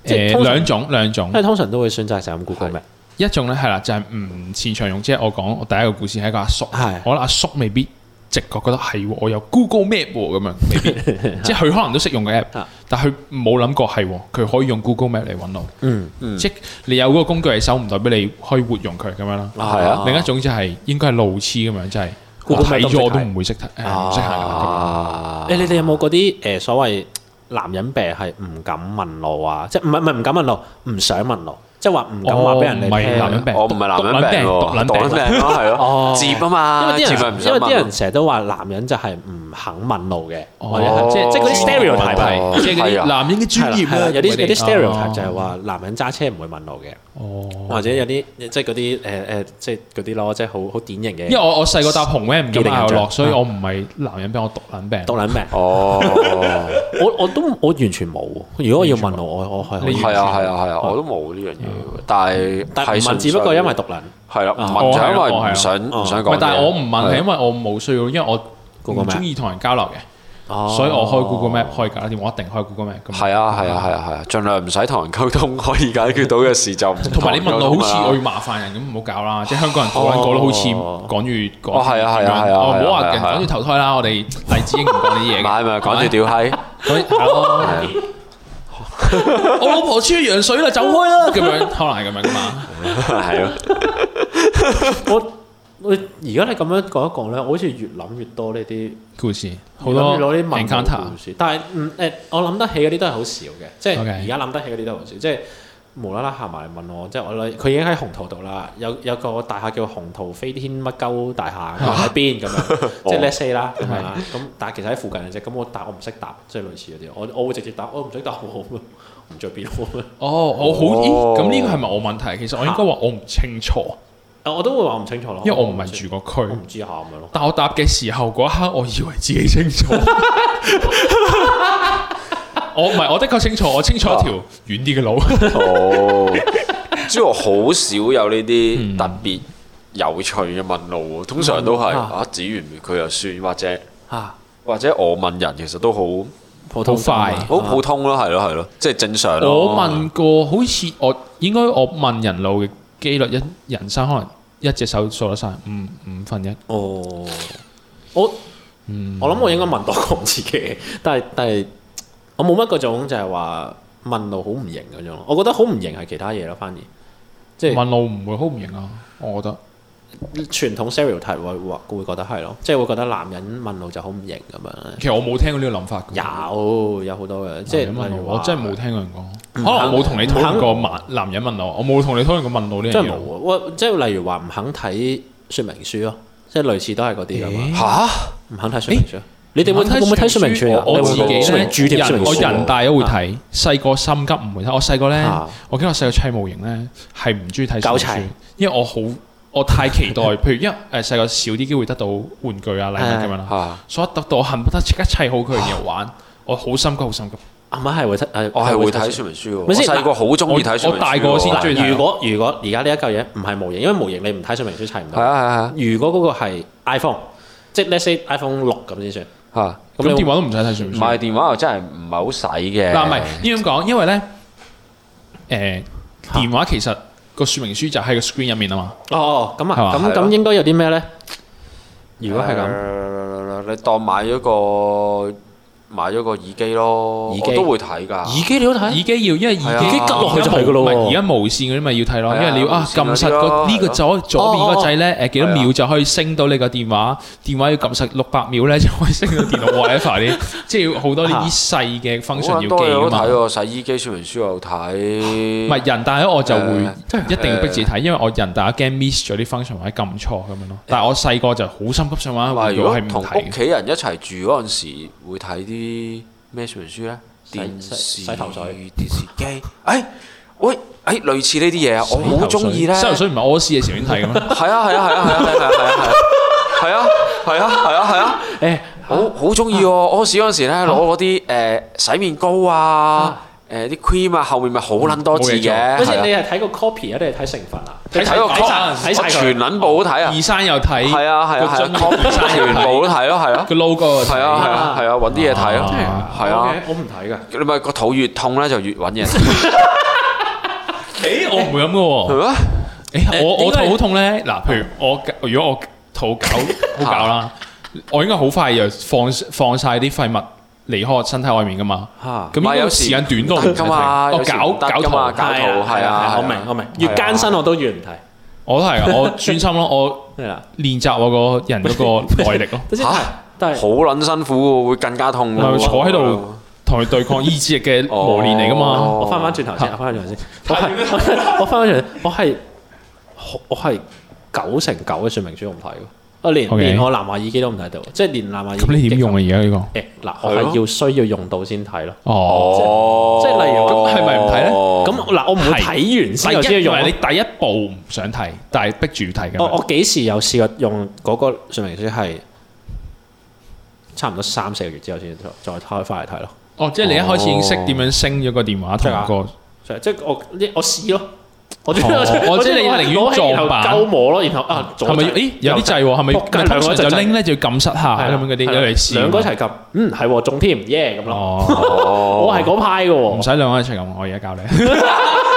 Speaker 1: 即係
Speaker 3: 誒
Speaker 1: 通常
Speaker 3: 兩種兩種
Speaker 1: 因，為通常都會選擇就咁 Google 咩？
Speaker 3: 一種咧係啦，就係唔擅長用，即係我講我第一個故事係一個阿叔，
Speaker 1: 係
Speaker 3: 我覺得阿叔未必直覺覺得係喎我有 Google Map 喎咁 樣，未必，即係佢可能都識用個 app，
Speaker 1: 啊
Speaker 3: 但佢冇諗過係喎佢可以用 Google Map 嚟揾路，
Speaker 1: 嗯，
Speaker 3: 即係你有嗰個工具喺手，唔代表你可以活用佢咁樣啦。
Speaker 2: 係啊
Speaker 3: 另一種就係應該係路痴咁樣，就係我
Speaker 1: Google
Speaker 3: 睇
Speaker 1: Map
Speaker 3: 咗我
Speaker 1: 都 唔識睇
Speaker 3: 都唔會識睇，誒唔識行。
Speaker 2: 啊
Speaker 1: 誒你哋有冇嗰啲誒所謂男人病係唔敢問路啊？即係唔係唔係唔敢問路，唔想問路，即係話唔敢話俾人
Speaker 3: 哦
Speaker 1: 哋
Speaker 3: 唔係
Speaker 1: 聽啊
Speaker 3: 男人病，
Speaker 2: 我唔係男人病
Speaker 3: 毒
Speaker 2: 喎，
Speaker 3: 撚
Speaker 2: 毒
Speaker 3: 病，毒撚病。
Speaker 2: 撚病咯，係
Speaker 1: 哦
Speaker 2: 咯，接啊嘛，
Speaker 1: 因為
Speaker 2: 接
Speaker 1: 啲
Speaker 2: 咪唔
Speaker 1: 人，因
Speaker 2: 想
Speaker 1: 為啲
Speaker 2: 問
Speaker 1: 人
Speaker 2: 咯。
Speaker 1: 成日都話男人就係唔肯問路嘅，
Speaker 3: 哦
Speaker 1: 或者係即係即係嗰啲 stereotype 係
Speaker 2: 哦
Speaker 3: 即係嗰
Speaker 2: 係
Speaker 3: 啲
Speaker 2: 啊
Speaker 3: 男人嘅專業
Speaker 1: 係啦
Speaker 3: 啦，
Speaker 1: 有啲有啲 stereotype 就係
Speaker 3: 係
Speaker 1: 話
Speaker 2: 哦
Speaker 1: 男人揸車唔會問路嘅，
Speaker 3: 哦。
Speaker 1: 或者有啲即係嗰啲誒誒，即係嗰啲咯，即係好好典型
Speaker 3: 因為
Speaker 1: 嘅
Speaker 3: 我我細個搭紅 van 唔敢咬
Speaker 1: 既定印
Speaker 3: 落，
Speaker 1: 象
Speaker 3: 所以我唔係男人病，我毒撚病。
Speaker 1: 獨撚命。
Speaker 2: 哦，
Speaker 1: 我我都我完全冇，如果我要問路，我我係可以
Speaker 3: 你
Speaker 2: 係啊，係啊，係啊，我都冇呢樣嘢，但係
Speaker 1: 但係唔問，
Speaker 2: 純粹
Speaker 1: 只不過因為獨撚，
Speaker 2: 係啦，
Speaker 1: 啊
Speaker 2: 唔問就
Speaker 3: 我
Speaker 2: 因
Speaker 3: 係啊
Speaker 2: 為唔想
Speaker 1: 我係啊
Speaker 2: 唔想
Speaker 3: 唔係
Speaker 2: 講。
Speaker 3: 但係我唔問係因
Speaker 2: 係
Speaker 3: 為我冇需要，因為我
Speaker 1: Google
Speaker 3: 唔
Speaker 1: Map
Speaker 3: 中意同人交流嘅，所以我開 Google Map 開㗎，我一定開 Google Map 咁。
Speaker 2: 係啊，係啊，係啊，係啊，盡量唔使同人溝通，可以解決到嘅事就唔
Speaker 3: 同埋你問路好似我
Speaker 2: 同
Speaker 3: 要
Speaker 2: 人溝通啦
Speaker 3: 麻煩人咁，唔好搞啦！即係香港人講緊講到好似講粵講
Speaker 2: 哦係啊係啊係啊
Speaker 3: 我唔好
Speaker 2: 係
Speaker 3: 話
Speaker 2: 啊
Speaker 3: 人
Speaker 2: 係啊
Speaker 3: 講住投胎啦，我哋黎智英唔講呢啲嘢
Speaker 2: 唔
Speaker 3: 嘅。
Speaker 2: 係咪講住 屌閪？
Speaker 3: 係咪係咯我老婆穿咗羊水啦，走開啦！咁樣可能係咁樣噶嘛？
Speaker 2: 係咯，
Speaker 1: 我我而家你咁樣講一講咧，我好似越諗越多呢啲
Speaker 3: 故事好多
Speaker 1: 越諗越攞啲文
Speaker 3: encounter
Speaker 1: 故事，但係嗯誒，我諗得起嗰啲都係好少嘅，即係
Speaker 3: OK
Speaker 1: 而家諗得起嗰啲都係好少，即係無啦啦行埋問我，即係我諗佢已經喺紅桃度啦，有有個大廈叫紅桃飛天乜鳩大 廈咁喺邊咁樣，即係
Speaker 3: 哦
Speaker 1: let's say 啦咁樣啦，咁但係其實喺附近嘅啫，咁我答我唔識答，即係類似嗰啲，我我會直接答我唔識答我唔着邊喎
Speaker 3: 哦，我好
Speaker 2: 哦
Speaker 3: 咦？咁呢個係咪我問題？其實我應該話我唔清楚，
Speaker 1: 啊我都會話唔清楚咯，
Speaker 3: 因為我唔係住個
Speaker 1: 我
Speaker 3: 區
Speaker 1: 唔。知下咁樣咯，
Speaker 3: 但我答嘅時候嗰一刻，我以為自己清楚。 我唔係，我的確清楚，我清楚一
Speaker 1: 啊
Speaker 3: 條遠啲嘅路。
Speaker 2: 哦，即係我好少有呢啲特別有趣嘅問路喎，通常都係
Speaker 1: 嗯
Speaker 2: 啊指完佢又算，或者
Speaker 1: 嚇
Speaker 3: 啊
Speaker 2: 或者我問人其實都好。
Speaker 1: 普
Speaker 3: 通心啊
Speaker 2: 好普通咯，係咯，係咯，即係正常
Speaker 1: 哦
Speaker 3: 我
Speaker 2: 咯。
Speaker 3: 問過，好似我應該我問人路嘅機率，一人生可能一隻手數得晒，五五分一。
Speaker 1: 哦，我我諗我應該問多過五次嘅，但係
Speaker 3: 嗯
Speaker 1: 但係我冇乜嗰種就係話問路好唔型嗰種咯，我覺得好唔型係其他嘢咯，反而即係
Speaker 3: 問路唔會好唔型啊，我覺得。
Speaker 1: 傳統 stereotype 會會會覺得係咯，即係會覺得男人問路就好唔型咁樣。
Speaker 3: 其實我冇聽過呢個諗法㗎。
Speaker 1: 有有好多嘅，即係
Speaker 3: 嗯男人
Speaker 1: 例
Speaker 3: 問
Speaker 1: 如
Speaker 3: 路，
Speaker 1: 話
Speaker 3: 我真係冇聽過人講。
Speaker 1: 嗯
Speaker 3: 可能我冇同你討論過男男人問路，我冇同你討論過問路呢樣
Speaker 1: 真係
Speaker 3: 嘢
Speaker 1: 冇
Speaker 3: 喎。
Speaker 1: 喎，喂即係例如話唔肯睇說明書咯，即係類似都係嗰啲咁嘛，
Speaker 2: 吓，
Speaker 1: 唔肯睇說明書。你哋會
Speaker 3: 睇
Speaker 1: 會唔會睇說明書啊？你
Speaker 3: 我我
Speaker 1: 會
Speaker 3: 自
Speaker 1: 唔
Speaker 3: 己
Speaker 1: 會說明書
Speaker 3: 咧，
Speaker 1: 添說
Speaker 3: 人
Speaker 1: 明書
Speaker 3: 我人大咗會睇，細個心急唔會睇。我細個咧
Speaker 1: 啊，
Speaker 3: 我記得我細個砌模型咧係唔中意睇
Speaker 1: 搞
Speaker 3: 說明書
Speaker 1: 砌，
Speaker 3: 因為我好我太期待，譬如因為誒細個少啲機會得到玩具啊禮物咁樣啦，
Speaker 2: 吓，
Speaker 3: 所以得到我恨不得即刻砌好佢然後玩，我好心急好心急。
Speaker 1: 阿媽係會睇，係
Speaker 2: 我係會睇
Speaker 1: 書
Speaker 2: 說明書嘅。
Speaker 1: 咪
Speaker 2: 我
Speaker 1: 先
Speaker 2: 細個好中意睇說
Speaker 3: 我
Speaker 2: 明書喎。
Speaker 3: 大個先
Speaker 2: 係啊
Speaker 3: 最大
Speaker 1: 嗱，如果如果而家呢一嚿嘢唔係模型，因為模型你唔睇說明書砌唔
Speaker 2: 啊係
Speaker 1: 到。
Speaker 2: 啊
Speaker 1: 如果嗰個係 iPhone，即係 let's say iPhone 六咁先算。
Speaker 2: 係啊
Speaker 1: 咁你
Speaker 3: 咁
Speaker 1: 會
Speaker 3: 電話都唔使睇說
Speaker 2: 吓，
Speaker 3: 明
Speaker 2: 唔
Speaker 3: 書
Speaker 2: 係。電話又真係唔係好使嘅。
Speaker 3: 嗱，唔係應該咁講，因為咧誒電話其實個說明書就喺個 screen 入面啊嘛。
Speaker 1: 哦，咁
Speaker 3: 係嘛
Speaker 1: 啊，咁咁應該有啲咩咧？如果係咁，
Speaker 2: 咁，啊你當買咗個買咗個耳機咯，
Speaker 1: 耳
Speaker 2: 我
Speaker 1: 機
Speaker 2: 都會睇㗎。
Speaker 1: 耳機你都
Speaker 2: 啊
Speaker 3: 耳
Speaker 1: 睇，
Speaker 3: 機要，因為耳
Speaker 2: 耳
Speaker 3: 機
Speaker 2: 機
Speaker 1: 吉落去就係㗎
Speaker 3: 噶
Speaker 1: 咯喎
Speaker 3: 而家無線嗰啲咪要睇咯，
Speaker 2: 啊哦係
Speaker 3: 因
Speaker 2: 啊
Speaker 3: 為你要啊
Speaker 2: 無線
Speaker 3: 撳
Speaker 2: 嗰啲咯
Speaker 3: 實個呢個
Speaker 2: 係咯
Speaker 3: 左左邊個掣咧，誒幾多
Speaker 2: 係啊
Speaker 3: 秒就可以升到你個電話，電話要撳實六百秒咧就可以升到電腦 whatever 啲，即係要好多呢啲細嘅
Speaker 2: 好
Speaker 3: function 要記
Speaker 2: 多嘢
Speaker 3: 㗎
Speaker 2: 都
Speaker 3: 嘛
Speaker 2: 睇。喎，洗衣機說明書又睇。
Speaker 3: 唔係人大咗我就會
Speaker 2: 誒真係
Speaker 3: 一定要逼自己睇，因為我人大咗驚 miss 咗啲 function 或者撳錯咁樣咯。但係我細個就好心急想玩，
Speaker 2: 話
Speaker 3: 如
Speaker 2: 如
Speaker 3: 果
Speaker 2: 果
Speaker 3: 係唔
Speaker 2: 同
Speaker 3: 睇
Speaker 2: 屋
Speaker 3: 嘅。
Speaker 2: 企人一齊住嗰陣時，會睇啲咩說明書咧？
Speaker 1: 洗
Speaker 2: 電視、
Speaker 1: 洗洗頭水
Speaker 2: 電視機。誒喂，誒類似呢啲嘢啊，我好中意咧。
Speaker 3: 西游水唔係屙屎嘅時候已經睇嘅 咩？
Speaker 2: 係啊係啊係啊係啊係啊係啊係啊係啊係啊係啊係啊！
Speaker 1: 誒，
Speaker 2: 好好中意喎！屙屎嗰陣時咧，攞嗰啲誒洗面膏啊，誒啲 cream 啊，後面咪好撚多字嘅。
Speaker 1: 嗰時你
Speaker 2: 係
Speaker 1: 係
Speaker 2: 啊
Speaker 1: 睇個 copy 啊，定係睇成分啊？
Speaker 3: 睇
Speaker 2: 睇個
Speaker 1: 睇晒睇晒
Speaker 2: 我
Speaker 1: 佢
Speaker 2: 全。撚部都睇啊！
Speaker 3: 二三又睇，
Speaker 2: 係啊係啊
Speaker 3: 個
Speaker 2: 係
Speaker 3: 樽
Speaker 2: 啊，copy
Speaker 3: 二三又
Speaker 2: 全
Speaker 3: 睇
Speaker 2: 部都睇咯，係咯，
Speaker 3: 個 logo
Speaker 2: 係啊係啊係啊，揾啲嘢睇咯
Speaker 3: 真係啊，
Speaker 2: 係啊。
Speaker 1: 哦 OK，我唔睇㗎。
Speaker 2: 你咪個肚越痛咧，就越揾嘢食，
Speaker 1: 誒應
Speaker 3: 誒我哦唔會咁嘅喎，誒我我
Speaker 2: 係咩？
Speaker 1: 該係
Speaker 3: 肚好痛咧，嗱譬如我如果我肚 搞好搞啦，我應該好快就放放曬啲廢物離開我身體外面噶嘛，
Speaker 2: 嚇
Speaker 3: 咁應該時間短都唔
Speaker 2: 唔得㗎嘛，
Speaker 3: 使
Speaker 2: 有時
Speaker 3: 睇我
Speaker 2: 唔得
Speaker 3: 搞搞
Speaker 2: 㗎嘛，
Speaker 3: 肚
Speaker 2: 搞肚係啊，
Speaker 1: 我明我明，越艱辛我都越唔睇。
Speaker 3: 我都係啊，我專心咯，我
Speaker 1: 係啦，
Speaker 3: 練習我個人嗰 個耐力咯，
Speaker 1: 等先
Speaker 2: 嚇
Speaker 1: 係，但係
Speaker 2: 好撚辛苦喎，會更加痛
Speaker 3: 咪
Speaker 2: 喎。
Speaker 3: 坐喺度同佢對 抗意志力嘅磨練嚟噶
Speaker 2: 哦
Speaker 3: 嘛。
Speaker 1: 哦我翻翻轉頭先，我翻翻轉頭先，我係我翻翻轉頭，我係我係九成九嘅說明書我唔睇嘅，我連
Speaker 3: OK
Speaker 1: 連我藍牙耳機都唔睇到，即係連藍牙耳機。
Speaker 3: 咁你點用啊？？而家呢個？
Speaker 1: 誒嗱，我係要需要用到先睇咯。
Speaker 3: 哦，
Speaker 2: 哦，
Speaker 1: 即係例如
Speaker 3: 咁係咪唔睇呢
Speaker 1: 咁
Speaker 2: 咁
Speaker 1: 嗱，我唔會睇完
Speaker 3: 第
Speaker 1: 先有先
Speaker 3: 一
Speaker 1: 用
Speaker 3: 因
Speaker 1: 咯
Speaker 3: 為你。第一步唔想睇，但係逼住要睇嘅。
Speaker 1: 我我幾時有試過用嗰個說明書係差唔多三四個月之後先再再開翻嚟睇咯。
Speaker 3: 哦，即係你一開始已經識點樣升咗個電話同個，
Speaker 1: 所以即係我我試咯。我即
Speaker 3: 哦哦即係你寧願撞板
Speaker 1: 鳩摸咯，然後啊左
Speaker 3: 係咪？
Speaker 1: 掣
Speaker 3: 咦，有啲掣喎，係咪？
Speaker 1: 仆街
Speaker 3: 咪通
Speaker 1: 兩個
Speaker 3: 常
Speaker 1: 一
Speaker 3: 就
Speaker 1: 齊
Speaker 3: 拎咧就要撳失下
Speaker 1: 係
Speaker 3: 咁
Speaker 1: 啦
Speaker 3: 樣嗰啲，
Speaker 1: 係
Speaker 3: 有
Speaker 1: 啦
Speaker 3: 嚟試。
Speaker 1: 兩個一齊撳，嗯係喎中添耶咁咯。
Speaker 3: 哦，
Speaker 1: 我係
Speaker 2: 哦，
Speaker 1: 嗰派嘅
Speaker 3: 唔
Speaker 1: 喎，
Speaker 3: 使兩個一齊撳，我而家 教你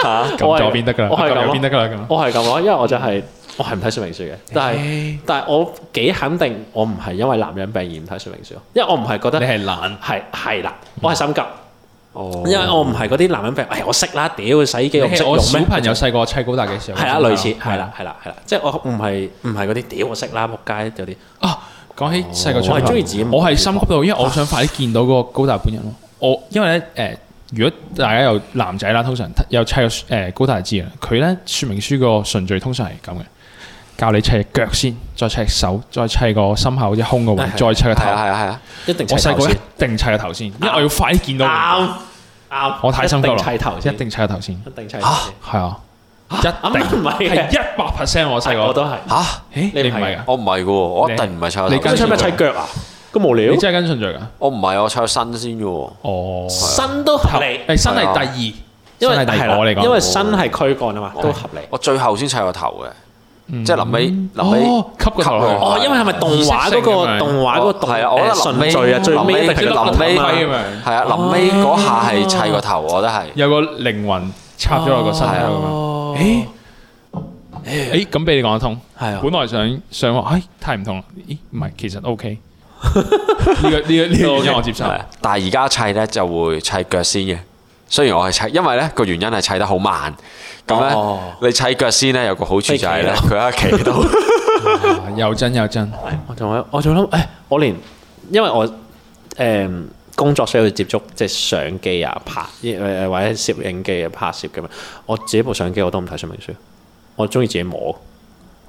Speaker 2: 嚇
Speaker 3: 撳左邊得㗎啦，
Speaker 1: 我係咁
Speaker 3: 撳
Speaker 1: 啊
Speaker 3: 右邊得㗎啦咁。
Speaker 1: 我係咁咯，因為我就係我係唔睇說明書嘅，但係
Speaker 3: 係
Speaker 1: 但係我幾肯定我唔係因為男人病而唔睇說明書，因為我唔係覺得
Speaker 3: 你係懶，
Speaker 1: 係係啦，我係心急，
Speaker 2: 哦
Speaker 1: 因為我唔係嗰啲男人病，唉我識啦，屌洗衣機
Speaker 3: 你
Speaker 1: 我唔識
Speaker 3: 係我
Speaker 1: 用
Speaker 3: 小
Speaker 1: 咩？
Speaker 3: 朋友啊細個砌高達嘅時候。
Speaker 1: 係啦，
Speaker 3: 我
Speaker 1: 類似
Speaker 3: 小朋
Speaker 1: 係
Speaker 3: 友
Speaker 1: 啦，係啦，係啦，即係我唔係唔係嗰啲屌我識啦，仆街有啲，
Speaker 3: 啊，講起細個
Speaker 1: 哦我係
Speaker 3: 唱
Speaker 1: 中意自己摸
Speaker 3: 我係心急到，因為 我想快啲見到嗰個高達本人咯。我因為咧誒、如果大家有男仔啦，通常有砌個誒、高達就知啦，啊佢咧說明書個順序通常係咁嘅，教你砌隻腳先，再砌隻手，再砌個心口或者胸個位
Speaker 1: 係，係
Speaker 3: 再砌個頭
Speaker 2: 係。啊係啊係啊，
Speaker 1: 一定砌
Speaker 3: 我細
Speaker 1: 頭
Speaker 3: 個
Speaker 1: 先，
Speaker 3: 一定砌個頭先，因為我要快啲見到佢。
Speaker 1: 啱啱，
Speaker 3: 我太心急
Speaker 1: 一定
Speaker 3: 啦，
Speaker 1: 砌頭先，
Speaker 3: 一定砌個頭先，
Speaker 1: 一定砌頭先，
Speaker 3: 係啊，一
Speaker 1: 啱啱
Speaker 3: 定
Speaker 1: 唔係
Speaker 3: 係
Speaker 1: 嘅，
Speaker 3: 一百 percent 我細
Speaker 1: 我
Speaker 3: 個。
Speaker 1: 都係。
Speaker 2: 嚇
Speaker 3: 誒，
Speaker 1: 你
Speaker 3: 你
Speaker 1: 唔
Speaker 3: 唔
Speaker 1: 係
Speaker 3: 係
Speaker 1: 㗎
Speaker 3: 㗎，
Speaker 2: 我唔係嘅喎，我一
Speaker 3: 你
Speaker 2: 定唔係砌頭
Speaker 3: 你
Speaker 2: 先
Speaker 3: 跟
Speaker 1: 咁
Speaker 3: 住
Speaker 1: 砌咪
Speaker 2: 嘅
Speaker 1: 砌
Speaker 2: 喎，
Speaker 1: 腳啊？咁無聊
Speaker 3: 你，真係跟順序㗎。
Speaker 2: 我唔係我砌身先嘅喎。
Speaker 3: 哦，
Speaker 1: 身都合理，
Speaker 3: 誒身係第二，
Speaker 1: 因為
Speaker 3: 身係第
Speaker 1: 係
Speaker 3: 二
Speaker 1: 啦
Speaker 3: 我嚟講，哦
Speaker 1: 因為身係軀幹啊嘛，
Speaker 2: 我
Speaker 1: 都合理。
Speaker 2: 我最後先砌個頭嘅，
Speaker 3: 嗯
Speaker 2: 即係臨尾臨尾
Speaker 3: 哦，吸個頭
Speaker 2: 吸
Speaker 3: 落
Speaker 2: 落
Speaker 3: 去
Speaker 2: 去
Speaker 1: 哦，因為係咪動畫嗰
Speaker 3: 儀式性咁樣
Speaker 1: 個動畫嗰個動
Speaker 2: 係啊我覺得
Speaker 1: 誒
Speaker 2: 臨尾
Speaker 1: 順序啊，最尾一定
Speaker 2: 臨尾
Speaker 1: 係個頭
Speaker 2: 臨
Speaker 1: 啊
Speaker 2: 尾
Speaker 1: 嘛
Speaker 3: 咁樣，
Speaker 2: 係啊，臨尾嗰下係砌個頭，我覺得係。
Speaker 3: 有個靈魂插咗落個身體度咁樣。
Speaker 1: 哦
Speaker 3: 誒誒，咁俾你講得通。
Speaker 1: 係啊
Speaker 3: 本，來想想話，唉，太唔同啦。咦，唔係，其實 OK。呢個呢個呢個原因我接受。
Speaker 2: 係但係而家砌咧就會砌腳先嘅。雖然我係砌，因為咧個原因係砌得好慢。咁咧、
Speaker 1: 哦
Speaker 2: 你砌腳先咧有個好處就係咧
Speaker 1: 你企
Speaker 2: 佢喺 企度。
Speaker 3: 啊又真又真，
Speaker 1: 我仲喺我仲諗誒，我連因為我誒工作需要接觸即係相機啊拍誒誒或者攝影機啊拍攝咁樣，我自己部相機我都唔睇說明書，我中意自己摸。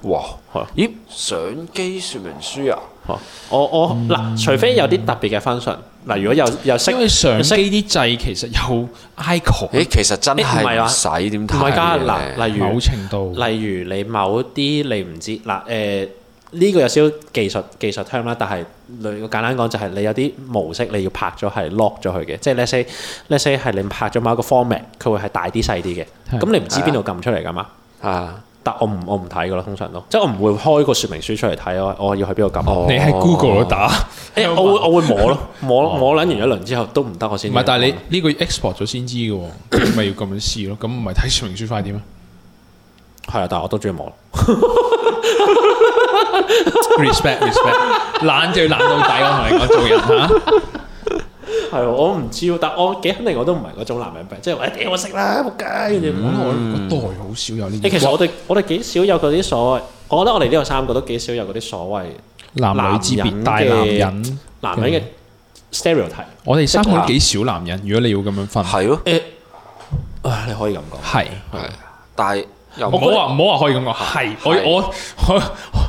Speaker 2: 哇！
Speaker 1: 係啊
Speaker 2: 咦？相機說明書啊？
Speaker 1: 哦我我嗱，除非有啲特別嘅 function，嗱，如果有有識
Speaker 3: 因為相機啲掣其實有 icon，
Speaker 2: 咦，其實真
Speaker 1: 誒唔係
Speaker 2: 係
Speaker 1: 啊
Speaker 2: 唔使點
Speaker 1: 唔
Speaker 2: 睇
Speaker 1: 係㗎，
Speaker 2: 嘅
Speaker 1: 嗱，例
Speaker 3: 某
Speaker 1: 如
Speaker 3: 程度
Speaker 1: 例如你某啲你唔知嗱誒呢個有少少技術技術 term 啦，但係類簡單講就係你有啲模式你要拍咗係 lock 咗佢嘅，即係 let's say let's say 係你拍咗某一個 format，佢會係大啲細啲嘅，
Speaker 3: 係
Speaker 1: 咁你唔知邊度撳出嚟㗎嘛？
Speaker 2: 啊，
Speaker 1: 但我唔我唔睇噶啦，通常都即係我唔會開個說明書出嚟睇，我我要去邊度撳。
Speaker 2: 哦
Speaker 3: 你喺 Google 度打，
Speaker 1: 誒我會我會摸咯，摸摸撚完一輪之後都唔得，我先
Speaker 3: 唔係，但係你呢個要 export 咗先知嘅喎，咪要咁樣試咯。咁唔係睇說明書快啲咩
Speaker 1: 係啊，但係我都中意摸。
Speaker 3: ？respect respect，懶就要懶到底，我同你講做人嚇。
Speaker 1: 係喎我唔知喎，但我幾肯定我都唔係嗰種男人病，即係話屌我食啦，仆街跟住摸
Speaker 3: 我我代好少有呢
Speaker 1: 誒，
Speaker 3: 啲。
Speaker 1: 其實我哋我哋幾少有嗰啲所謂，我覺得我哋呢度三個都幾少有嗰啲所謂
Speaker 3: 男女之別，大
Speaker 1: 男人
Speaker 3: 男
Speaker 1: 嘅
Speaker 3: 人。
Speaker 1: 男人嘅 stereotype。
Speaker 3: 我哋三個都幾少男人，如果你要咁樣分，
Speaker 2: 係咯，
Speaker 1: 誒，啊你可以咁講。
Speaker 3: 係
Speaker 2: 係，但係又
Speaker 3: 唔好
Speaker 2: 唔
Speaker 3: 話唔好話可以咁講，係
Speaker 2: 係
Speaker 3: 我我我我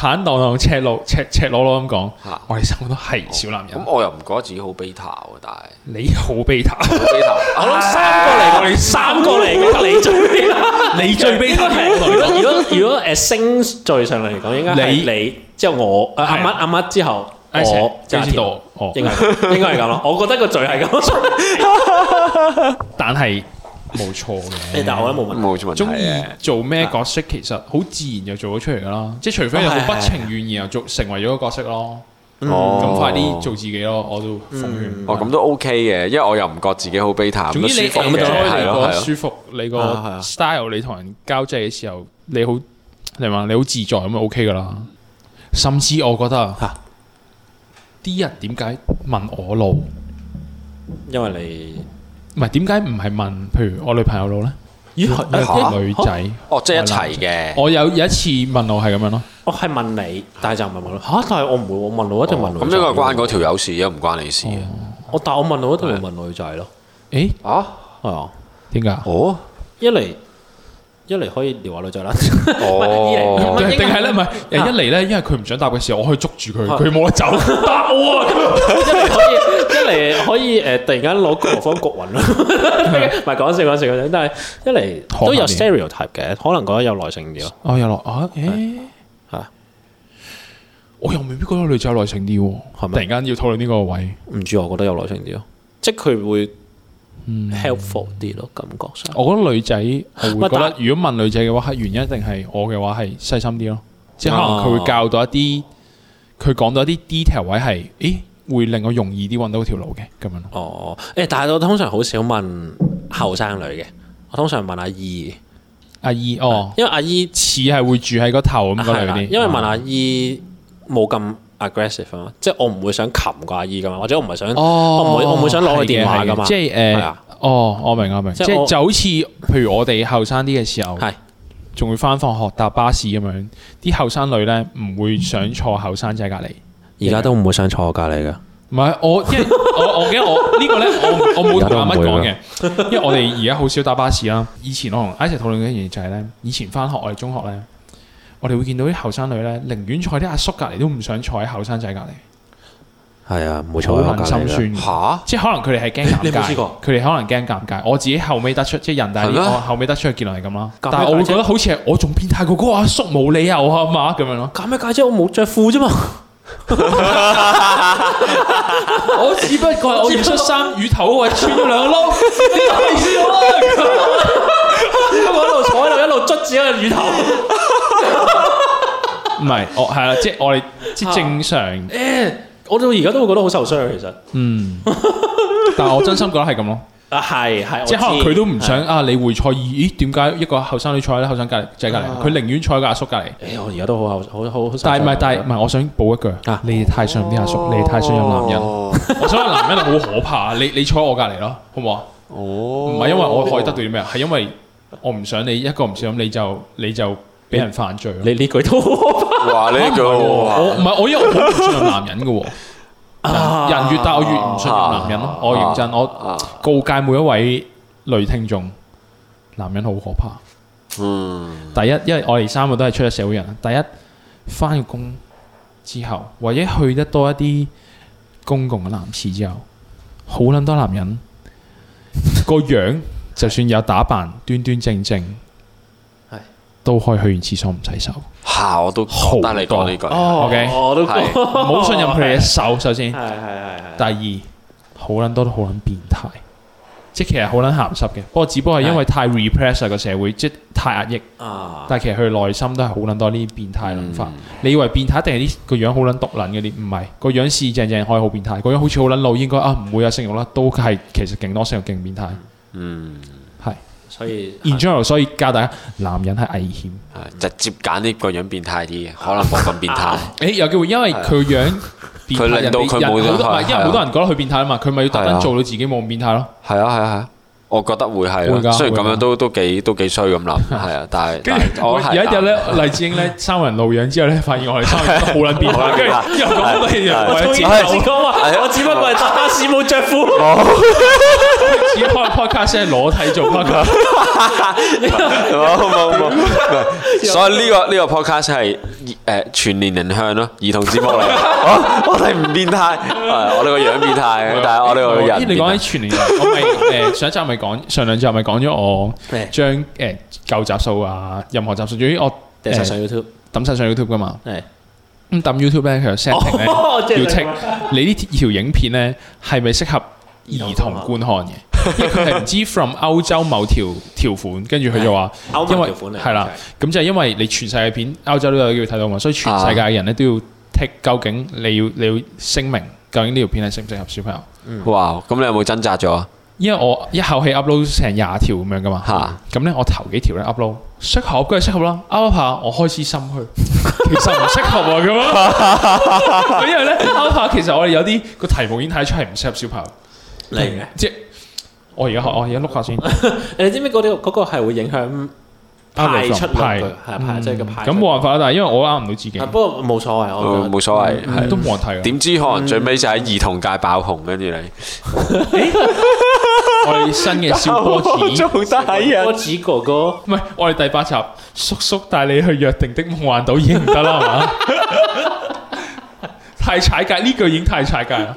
Speaker 3: 坦蕩蕩、赤裸赤赤裸裸咁講
Speaker 2: 嚇，
Speaker 3: 我哋三個都係小男
Speaker 2: 咁，
Speaker 3: 人。
Speaker 2: 我又唔覺得自己好 beta 喎，但係
Speaker 3: 你好 beta，
Speaker 2: 好 beta，
Speaker 1: 我諗三個嚟，我哋三個嚟嘅，你最 邊啦？
Speaker 3: 你最 beta
Speaker 1: 如果如果如果誒星序上嚟講，應該係
Speaker 3: 你
Speaker 1: 你之後我啊阿
Speaker 3: 係
Speaker 1: 乜阿乜之後
Speaker 3: 一齊
Speaker 1: 我
Speaker 3: 哎先知道
Speaker 1: 阿
Speaker 3: 哦
Speaker 1: 田應該係應該係咁咯。我覺得個序係 咁，
Speaker 3: 但係冇錯嘅。
Speaker 1: 但係我覺得冇問題。
Speaker 2: 冇問題
Speaker 3: 中意
Speaker 2: 嘅。
Speaker 3: 做咩角色，其實好自然就做咗出嚟噶啦。即係除非你好不情願，然後做成為咗個角色咯。
Speaker 2: 哦
Speaker 3: 嗯咁快啲做自己咯，我都奉勸。
Speaker 2: 哦，咁都 OK 嘅，因為我又唔覺自己好 beta，
Speaker 3: 總
Speaker 2: 咁都
Speaker 3: 之
Speaker 2: 舒
Speaker 3: 你
Speaker 2: 服
Speaker 3: enjoy
Speaker 2: 嘅，係
Speaker 3: 你
Speaker 2: 咯
Speaker 3: 個
Speaker 2: 係咯，
Speaker 3: 舒服，你
Speaker 1: 係啊係
Speaker 3: 個
Speaker 1: 啊
Speaker 3: style，你同人交際嘅時候，你好，你話你好自在咁就 OK 噶啦。甚至我覺得
Speaker 1: 嚇
Speaker 3: 啊，啲人點解問我路，
Speaker 1: 因為
Speaker 3: 唔係點解唔係問，譬如我女朋友路咧？
Speaker 1: 你咦
Speaker 3: 因為
Speaker 1: 嚇
Speaker 3: 女仔，
Speaker 2: 哦，即係一齊嘅，
Speaker 3: 我有有一次問我係咁樣咯，
Speaker 1: 我係問你，但係就唔係問我嚇，但係我唔會，我問我一定問女
Speaker 2: 咁
Speaker 1: 仔。
Speaker 2: 呢個關嗰條友事啊，唔關你事啊。
Speaker 1: 我，但係我問我一定會問女仔咯，
Speaker 3: 誒
Speaker 2: 啊，
Speaker 1: 係啊，
Speaker 3: 點解？
Speaker 2: 哦，
Speaker 1: 一嚟一嚟可以撩下女仔啦，
Speaker 2: 哦
Speaker 1: 唔係
Speaker 3: 定
Speaker 1: 應該
Speaker 3: 定係咧，唔係
Speaker 1: 啊
Speaker 3: 誒一嚟咧，因為佢唔想答嘅時候，我可以捉住佢，
Speaker 1: 係
Speaker 3: 佢冇得走，答我啊！
Speaker 1: 一嚟可 以一嚟可以誒突然間攞個方焗暈啦， 唔係講笑講笑講笑，但係一嚟都有 stereotype 嘅，可能覺得有耐性啲咯，
Speaker 3: 我又落啊，誒
Speaker 1: 嚇
Speaker 3: 我又未必覺得女仔有耐性啲喎，
Speaker 1: 係
Speaker 3: 突
Speaker 1: 咪
Speaker 3: 然間要討論呢個位，
Speaker 1: 唔知我覺得有耐性啲咯，即係佢會 helpful 啲咯，感覺上。
Speaker 3: 我覺得女仔我會覺
Speaker 1: 但
Speaker 3: 得，如果問女仔嘅話，係原因一定係我嘅話係細心啲咯，即係可能
Speaker 1: 哦
Speaker 3: 佢會教到一啲，佢講到一啲 detail 位係，誒會令我容易啲揾到條路嘅咁樣咯。
Speaker 1: 哦，誒，但係我通常好少問後生女嘅，我通常問阿姨，
Speaker 3: 阿姨哦，
Speaker 1: 因為阿姨。
Speaker 3: 似係會住喺個頭咁嗰
Speaker 1: 啊係
Speaker 3: 類
Speaker 1: 啦，
Speaker 3: 啲，
Speaker 1: 因為問
Speaker 3: 啊
Speaker 1: 阿姨冇咁 aggressive 啊嘛，即係我唔會想擒個阿姨噶嘛，或者我唔係想，
Speaker 3: 哦，
Speaker 1: 我唔會我唔會想攞佢
Speaker 3: 係嘅
Speaker 1: 電話噶嘛
Speaker 3: 係嘅即係
Speaker 1: 係
Speaker 3: 誒
Speaker 1: 啊，
Speaker 3: 哦，我明我明，
Speaker 1: 即
Speaker 3: 即
Speaker 1: 係我
Speaker 3: 係就好似譬如我哋後生啲嘅時候，
Speaker 1: 係
Speaker 3: 仲會翻放學搭巴士咁樣，啲後生女咧唔會想坐後生仔隔離。
Speaker 1: 而家都唔會想坐我隔離噶。
Speaker 3: 唔係 我，因為我我記得我呢個咧，我我冇同阿乜講
Speaker 1: 而
Speaker 3: 嘅，因為我哋而家好少搭巴士啦。以前我同 I 一齊討論嘅一樣嘢就係咧，以前翻學我哋中學咧，我哋會見到啲後生女咧，寧願坐喺啲阿叔隔離都唔想坐喺後生仔隔離，
Speaker 1: 係啊，唔會
Speaker 3: 好撚心酸嘅。
Speaker 2: 嚇，
Speaker 3: 即係可能佢哋係驚
Speaker 1: 你有
Speaker 3: 尷
Speaker 1: 冇試
Speaker 3: 尬
Speaker 1: 過，
Speaker 3: 佢哋可能驚尷尬。我自己後尾得出，即係人大
Speaker 2: 係
Speaker 3: 啲，哦
Speaker 2: 咩
Speaker 3: 我後尾得出嘅結論係咁啦。
Speaker 1: 尷尬
Speaker 3: 但係我會覺得好似係我仲變態過嗰個阿叔，冇理由啊嘛咁樣咯。
Speaker 1: 搞咩解啫？我冇着褲 啫嘛。
Speaker 3: 我只不過係我件恤衫乳頭嗰位穿咗兩個窿，你睇意思我啦。
Speaker 1: 我一路坐喺度，一路捽自己個乳 頭。
Speaker 3: 唔係，我係啦，即係我哋即係正常，
Speaker 1: 誒，我到而家都會覺得好受傷，其實。
Speaker 3: 嗯。但係我真心覺得係咁 咯，
Speaker 1: 啊，係係，
Speaker 3: 即係可能佢都唔想啊，你會坐咦？點解一個後生女坐喺後生隔離仔隔離，佢寧願坐喺個阿叔隔離。
Speaker 1: 誒，我而家都好後，好好好。
Speaker 3: 但係唔係，但係唔係，我想補一句
Speaker 1: 啊，
Speaker 3: 你哋太信任啲阿叔，你哋太信任男人。
Speaker 2: 哦
Speaker 3: 我想話男人係好可怕，你你坐喺我隔離咯，好唔好啊？
Speaker 2: 哦
Speaker 3: 唔係因為我可以得到啲咩，係因為我唔想你一個唔小心你就你就俾人犯罪咯。
Speaker 1: 你呢句都
Speaker 2: 哇，呢 句
Speaker 3: 我
Speaker 2: 哇
Speaker 3: 唔係我因為我好唔信任男人嘅喎。人人越大，我越唔信任男人咯。我認真，我
Speaker 2: 啊，
Speaker 3: 告誡每一位女聽眾，男人好可怕。
Speaker 2: 嗯，
Speaker 3: 第一，因為我哋三個都係出咗社會人，第一翻咗工之後，或者去得多一啲公共嘅男廁之後，好撚多男人個樣，就算有打扮端端正正，
Speaker 1: 係
Speaker 3: 都可以去完廁所唔洗手。
Speaker 2: 嚇我都
Speaker 3: 好哦
Speaker 2: 得你講呢句，
Speaker 3: OK
Speaker 1: 我都
Speaker 2: 係
Speaker 3: 唔好信任佢哋嘅手，首先。
Speaker 1: 係係係係。
Speaker 3: 第二，好撚多都好撚變態，即係其實好撚鹹濕嘅。不過只不過係因為太 repress 啊個社會，即係太壓抑。
Speaker 2: 啊，嗯
Speaker 3: 但係其實佢內心都係好撚多呢啲變態諗法。你以為變態一定係啲個樣好撚毒撚嗰啲？唔係，個樣是正正可以好變態，個樣好似好撚老應該啊唔會有性慾啦，都係其實勁多性慾勁變態。
Speaker 2: 嗯，
Speaker 3: 係
Speaker 1: 所以啊
Speaker 3: in general，所以教大家男人係危險。
Speaker 2: 啊直接揀呢個樣變態啲嘅，可能冇咁變態。
Speaker 3: 誒有機會，因為佢樣變
Speaker 2: 佢
Speaker 3: 態，
Speaker 2: 令到佢
Speaker 3: 人哋
Speaker 2: 冇
Speaker 3: 人好多
Speaker 2: 咗
Speaker 3: 唔係因為好多人覺得佢變態啊嘛，佢咪要特
Speaker 2: 係啊
Speaker 3: 登做到自己冇咁變態咯。
Speaker 2: 係啊係啊係啊，我覺得會係
Speaker 3: 會
Speaker 2: 咯。
Speaker 3: 㗎
Speaker 2: 雖然
Speaker 3: 會
Speaker 2: 咁樣
Speaker 3: 㗎
Speaker 2: 都都幾都幾衰咁 諗，係啊，但係
Speaker 3: 跟住
Speaker 2: 但係
Speaker 3: 我
Speaker 2: 我係
Speaker 3: 有一日
Speaker 2: 啱
Speaker 3: 咧，黎智英咧三個人露樣之後咧，發現我哋三個人都好撚變態，跟住之後講乜嘢
Speaker 1: 我
Speaker 3: 我
Speaker 1: 中
Speaker 3: 哋
Speaker 1: 意
Speaker 3: 接
Speaker 2: 係
Speaker 1: 頭先講話，我只不過係搭巴士冇着褲，
Speaker 3: 只開 podcast 係裸體做 podcast，
Speaker 2: 冇 冇 冇，唔係所以呢個呢個 podcast 係誒全年齡向咯，兒童節 目嚟。我我哋唔變態，係我哋個樣變 態，但係我哋個
Speaker 3: 咦
Speaker 2: 人
Speaker 3: 你
Speaker 2: 變
Speaker 3: 講
Speaker 2: 態
Speaker 3: 起全年，我咪誒上一集咪講，上兩集咪講咗我
Speaker 1: 咩
Speaker 3: 將誒舊集數啊，任何集數，總之我
Speaker 1: 掟晒
Speaker 3: 誒
Speaker 1: 上 YouTube，
Speaker 3: 抌晒上 YouTube 噶嘛。
Speaker 1: 係
Speaker 3: 咁抌 YouTube 咧，佢有 setting 咧，
Speaker 1: 哦即係
Speaker 3: 要 tick 你呢條影片咧係咪適合兒童觀看 嘅？因為佢係唔知 from 歐洲某條條款，跟住佢就話
Speaker 1: 歐，盟
Speaker 3: 因為
Speaker 1: 條款嚟
Speaker 3: 係啦，咁就係因為你全世界片歐洲都有機會睇到嘛，所以全世界嘅人咧都要 tick 究竟你要你要聲明究竟呢條片係適唔適合小朋友？
Speaker 2: 哇！咁你有冇掙扎咗啊？
Speaker 3: 因為我一口氣 upload 成廿條咁樣噶嘛，
Speaker 2: 嚇
Speaker 3: 咁咧我頭幾條咧 upload 適合，跟住適合啦，upload 下我開始心虛， 其實唔適合啊咁啊， 咁因為咧 upload 下其實我哋有啲個題目已經睇得出係唔適合小朋友，
Speaker 1: 嚟嘅。
Speaker 3: 即係我而家學我而家碌下先，
Speaker 1: 你知唔知嗰啲嗰個係會影響排出量佢，係排即係個排出。
Speaker 3: 嗯咁冇辦法啦，但係因為我呃啱唔到自己
Speaker 1: 啊，，不過冇所謂，我覺
Speaker 2: 哦冇
Speaker 1: 得
Speaker 2: 冇所謂，係
Speaker 3: 都冇人睇啊嘅。
Speaker 2: 點知可能最尾就喺兒童界爆紅，跟住你
Speaker 3: 我哋新嘅小 波 子。
Speaker 2: 做低
Speaker 1: 波子哥哥
Speaker 3: 唔係，我哋第八集叔叔帶你去約定的夢幻島已經唔得啦，係嘛？ 太踩界呢句已經太踩界啦，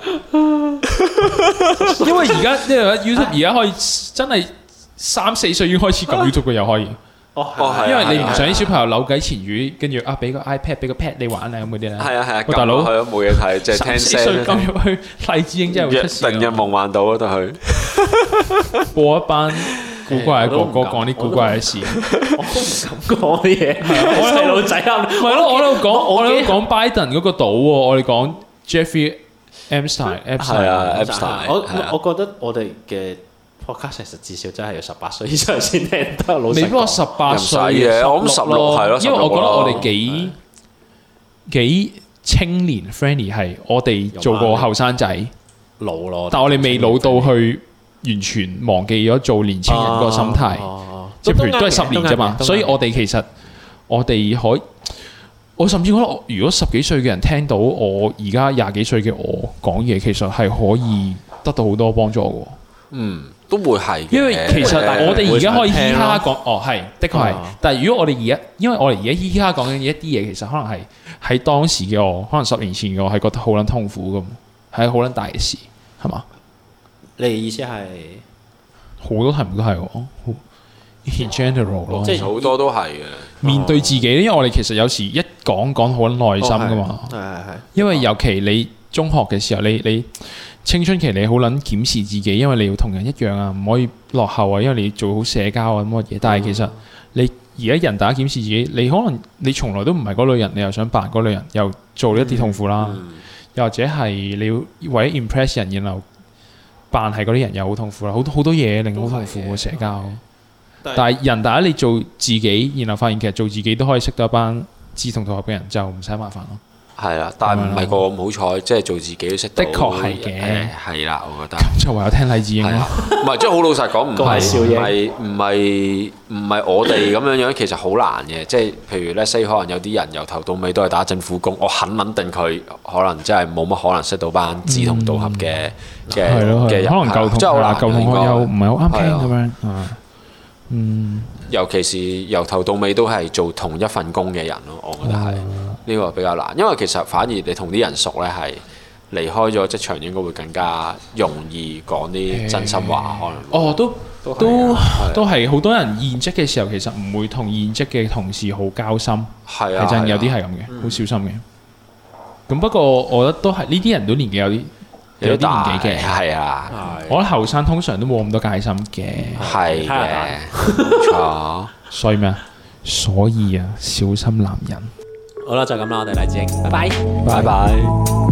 Speaker 3: 因為而家即係 YouTube 而家可以真係三四歲已經開始撳 YouTube 嘅又可以，
Speaker 1: 哦
Speaker 2: 哦係啊
Speaker 3: 因為你唔想
Speaker 2: 係
Speaker 3: 啲
Speaker 2: 啊
Speaker 3: 小朋友扭計前魚，跟住啊俾個 iPad 俾個 pad 你玩啊咁嗰啲咧，
Speaker 2: 係啊係啊，
Speaker 3: 喂大佬
Speaker 2: 係咯冇嘢睇，就係聽
Speaker 3: 三四歲撳
Speaker 2: 聲。啊
Speaker 3: 入去荔枝英真係會
Speaker 2: 約
Speaker 3: 出事
Speaker 2: 定嘅
Speaker 3: 㗎，
Speaker 2: 夢幻島嗰度去，
Speaker 3: 播一班古怪嘅哥哥
Speaker 1: 我都唔敢
Speaker 3: 講啲古怪嘅事。
Speaker 1: 我都唔敢講嘢，
Speaker 3: 我
Speaker 1: 細路仔啊，
Speaker 3: 唔係咯，我喺度講，
Speaker 1: 我
Speaker 3: 我喺
Speaker 1: 我
Speaker 3: 度講 Biden 嗰個島喎，我哋講 Jeffrey Epstein，
Speaker 2: 係
Speaker 3: Epstein
Speaker 2: 啊
Speaker 1: 我
Speaker 2: Epstein，係啊
Speaker 1: 我我覺得我哋嘅 podcast 其實至少真係要十八歲以上先聽得，老
Speaker 3: 你
Speaker 1: 實
Speaker 3: 不過十
Speaker 1: 講。
Speaker 3: 八歲
Speaker 2: 又唔使嘅我諗16
Speaker 3: 咯
Speaker 2: 係咯
Speaker 3: 因為我覺得
Speaker 2: 16
Speaker 3: 我哋幾幾青年 friendly 係我哋做過後生仔，
Speaker 1: 老咯，
Speaker 3: 但我哋未老到去完全忘記咗做年青人個心態，
Speaker 2: 啊
Speaker 1: 哦
Speaker 3: 即係譬如
Speaker 1: 啱
Speaker 3: 都係十
Speaker 1: 嘅
Speaker 3: 年啫嘛，所以我哋其實我哋可以。我甚至覺得我，如果十幾歲嘅人聽到我而家廿幾歲嘅我講嘢，其實係可以得到好多幫助嘅。
Speaker 2: 嗯，都會係嘅。
Speaker 3: 因為其實
Speaker 1: 誒
Speaker 3: 我哋而家可以嘻
Speaker 1: 會
Speaker 3: 哈
Speaker 1: 想
Speaker 3: 講，哦係，的確係
Speaker 1: 啊。
Speaker 3: 但係如果我哋而家，因為我哋而家嘻哈講緊一啲嘢，其實可能係喺當時嘅我，可能十年前嘅我係覺得好撚痛苦咁，係好撚大嘅事，係嘛？
Speaker 1: 你意思係
Speaker 3: 好多題目都係喎好，in general 咯
Speaker 1: 即。係
Speaker 2: 好多都係嘅。
Speaker 3: 面對自己，因為我哋其實有時一講講好撚內心噶嘛。
Speaker 1: 哦係係係
Speaker 3: 因為尤其你中學嘅時候，你你青春期你好撚檢視自己，因為你要同人一樣啊，唔可以落後啊，因為你要做好社交啊乜嘢。但係其實你而家人大家檢視自己，你可能你從來都唔係嗰類人，你又想扮嗰類人，又做一啲痛苦啦，又或者係你要為咗 impress 人，然後扮係嗰啲人又好痛苦啦，好多好多嘢令好痛苦嘅社交。
Speaker 1: 但係
Speaker 3: 但係人大家你做自己，然後發現其實做自己都可以識到一班志同道合嘅人，就唔使麻煩咯。
Speaker 2: 係啦，但係唔係個個咁好彩，即係做自己都識到。
Speaker 3: 的確係嘅
Speaker 2: 誒係啦，我覺得。
Speaker 3: 就唯有聽黎智英
Speaker 2: 係
Speaker 3: 咯
Speaker 2: 啊。，唔係即係好老實 講，唔
Speaker 1: 各位少
Speaker 2: 係唔
Speaker 1: 爺
Speaker 2: 係唔係唔係我哋咁樣樣，其實好難嘅。即係譬如咧，say 可能有啲人由頭到尾都係打政府工，我肯穩定佢可能真係冇乜可能識到班志同道合嘅嘅
Speaker 3: 嗯係咯，
Speaker 2: 嘅
Speaker 3: 係
Speaker 2: 人，
Speaker 3: 咯可能
Speaker 2: 係啊
Speaker 3: 舊同
Speaker 2: 真係好
Speaker 3: 係
Speaker 2: 難
Speaker 3: 啦，
Speaker 2: 嘅
Speaker 3: 舊同
Speaker 2: 應該
Speaker 3: 學又唔係好啱傾咁
Speaker 2: 係
Speaker 3: 樣啊。嗯，
Speaker 2: 尤其是由頭到尾都係做同一份工嘅人咯，我覺得係
Speaker 3: 哦
Speaker 2: 呢個比較難，因為其實反而你同啲人熟咧係離開咗職場，應該會更加容易講啲真心話，可能
Speaker 3: 哦，都
Speaker 1: 都係
Speaker 3: 都
Speaker 2: 係
Speaker 3: 都係好多人現職嘅時候，其實唔會同現職嘅同事好交心，
Speaker 2: 係啊，
Speaker 3: 係真有啲
Speaker 2: 係啊
Speaker 3: 係咁嘅，好小心嘅。咁不過我覺得都係呢啲人都年紀有啲
Speaker 2: 你
Speaker 3: 有
Speaker 2: 都
Speaker 3: 啲年紀
Speaker 2: 大
Speaker 3: 嘅
Speaker 2: 係啊，
Speaker 3: 我覺得後生通常都冇咁多戒心嘅，
Speaker 1: 太
Speaker 2: 係嘅
Speaker 1: 大，
Speaker 2: 冇錯。
Speaker 3: 所以咩啊？所以啊，小心男人。
Speaker 1: 好啦，就咁啦，我哋黎智英，拜拜。
Speaker 2: 拜拜。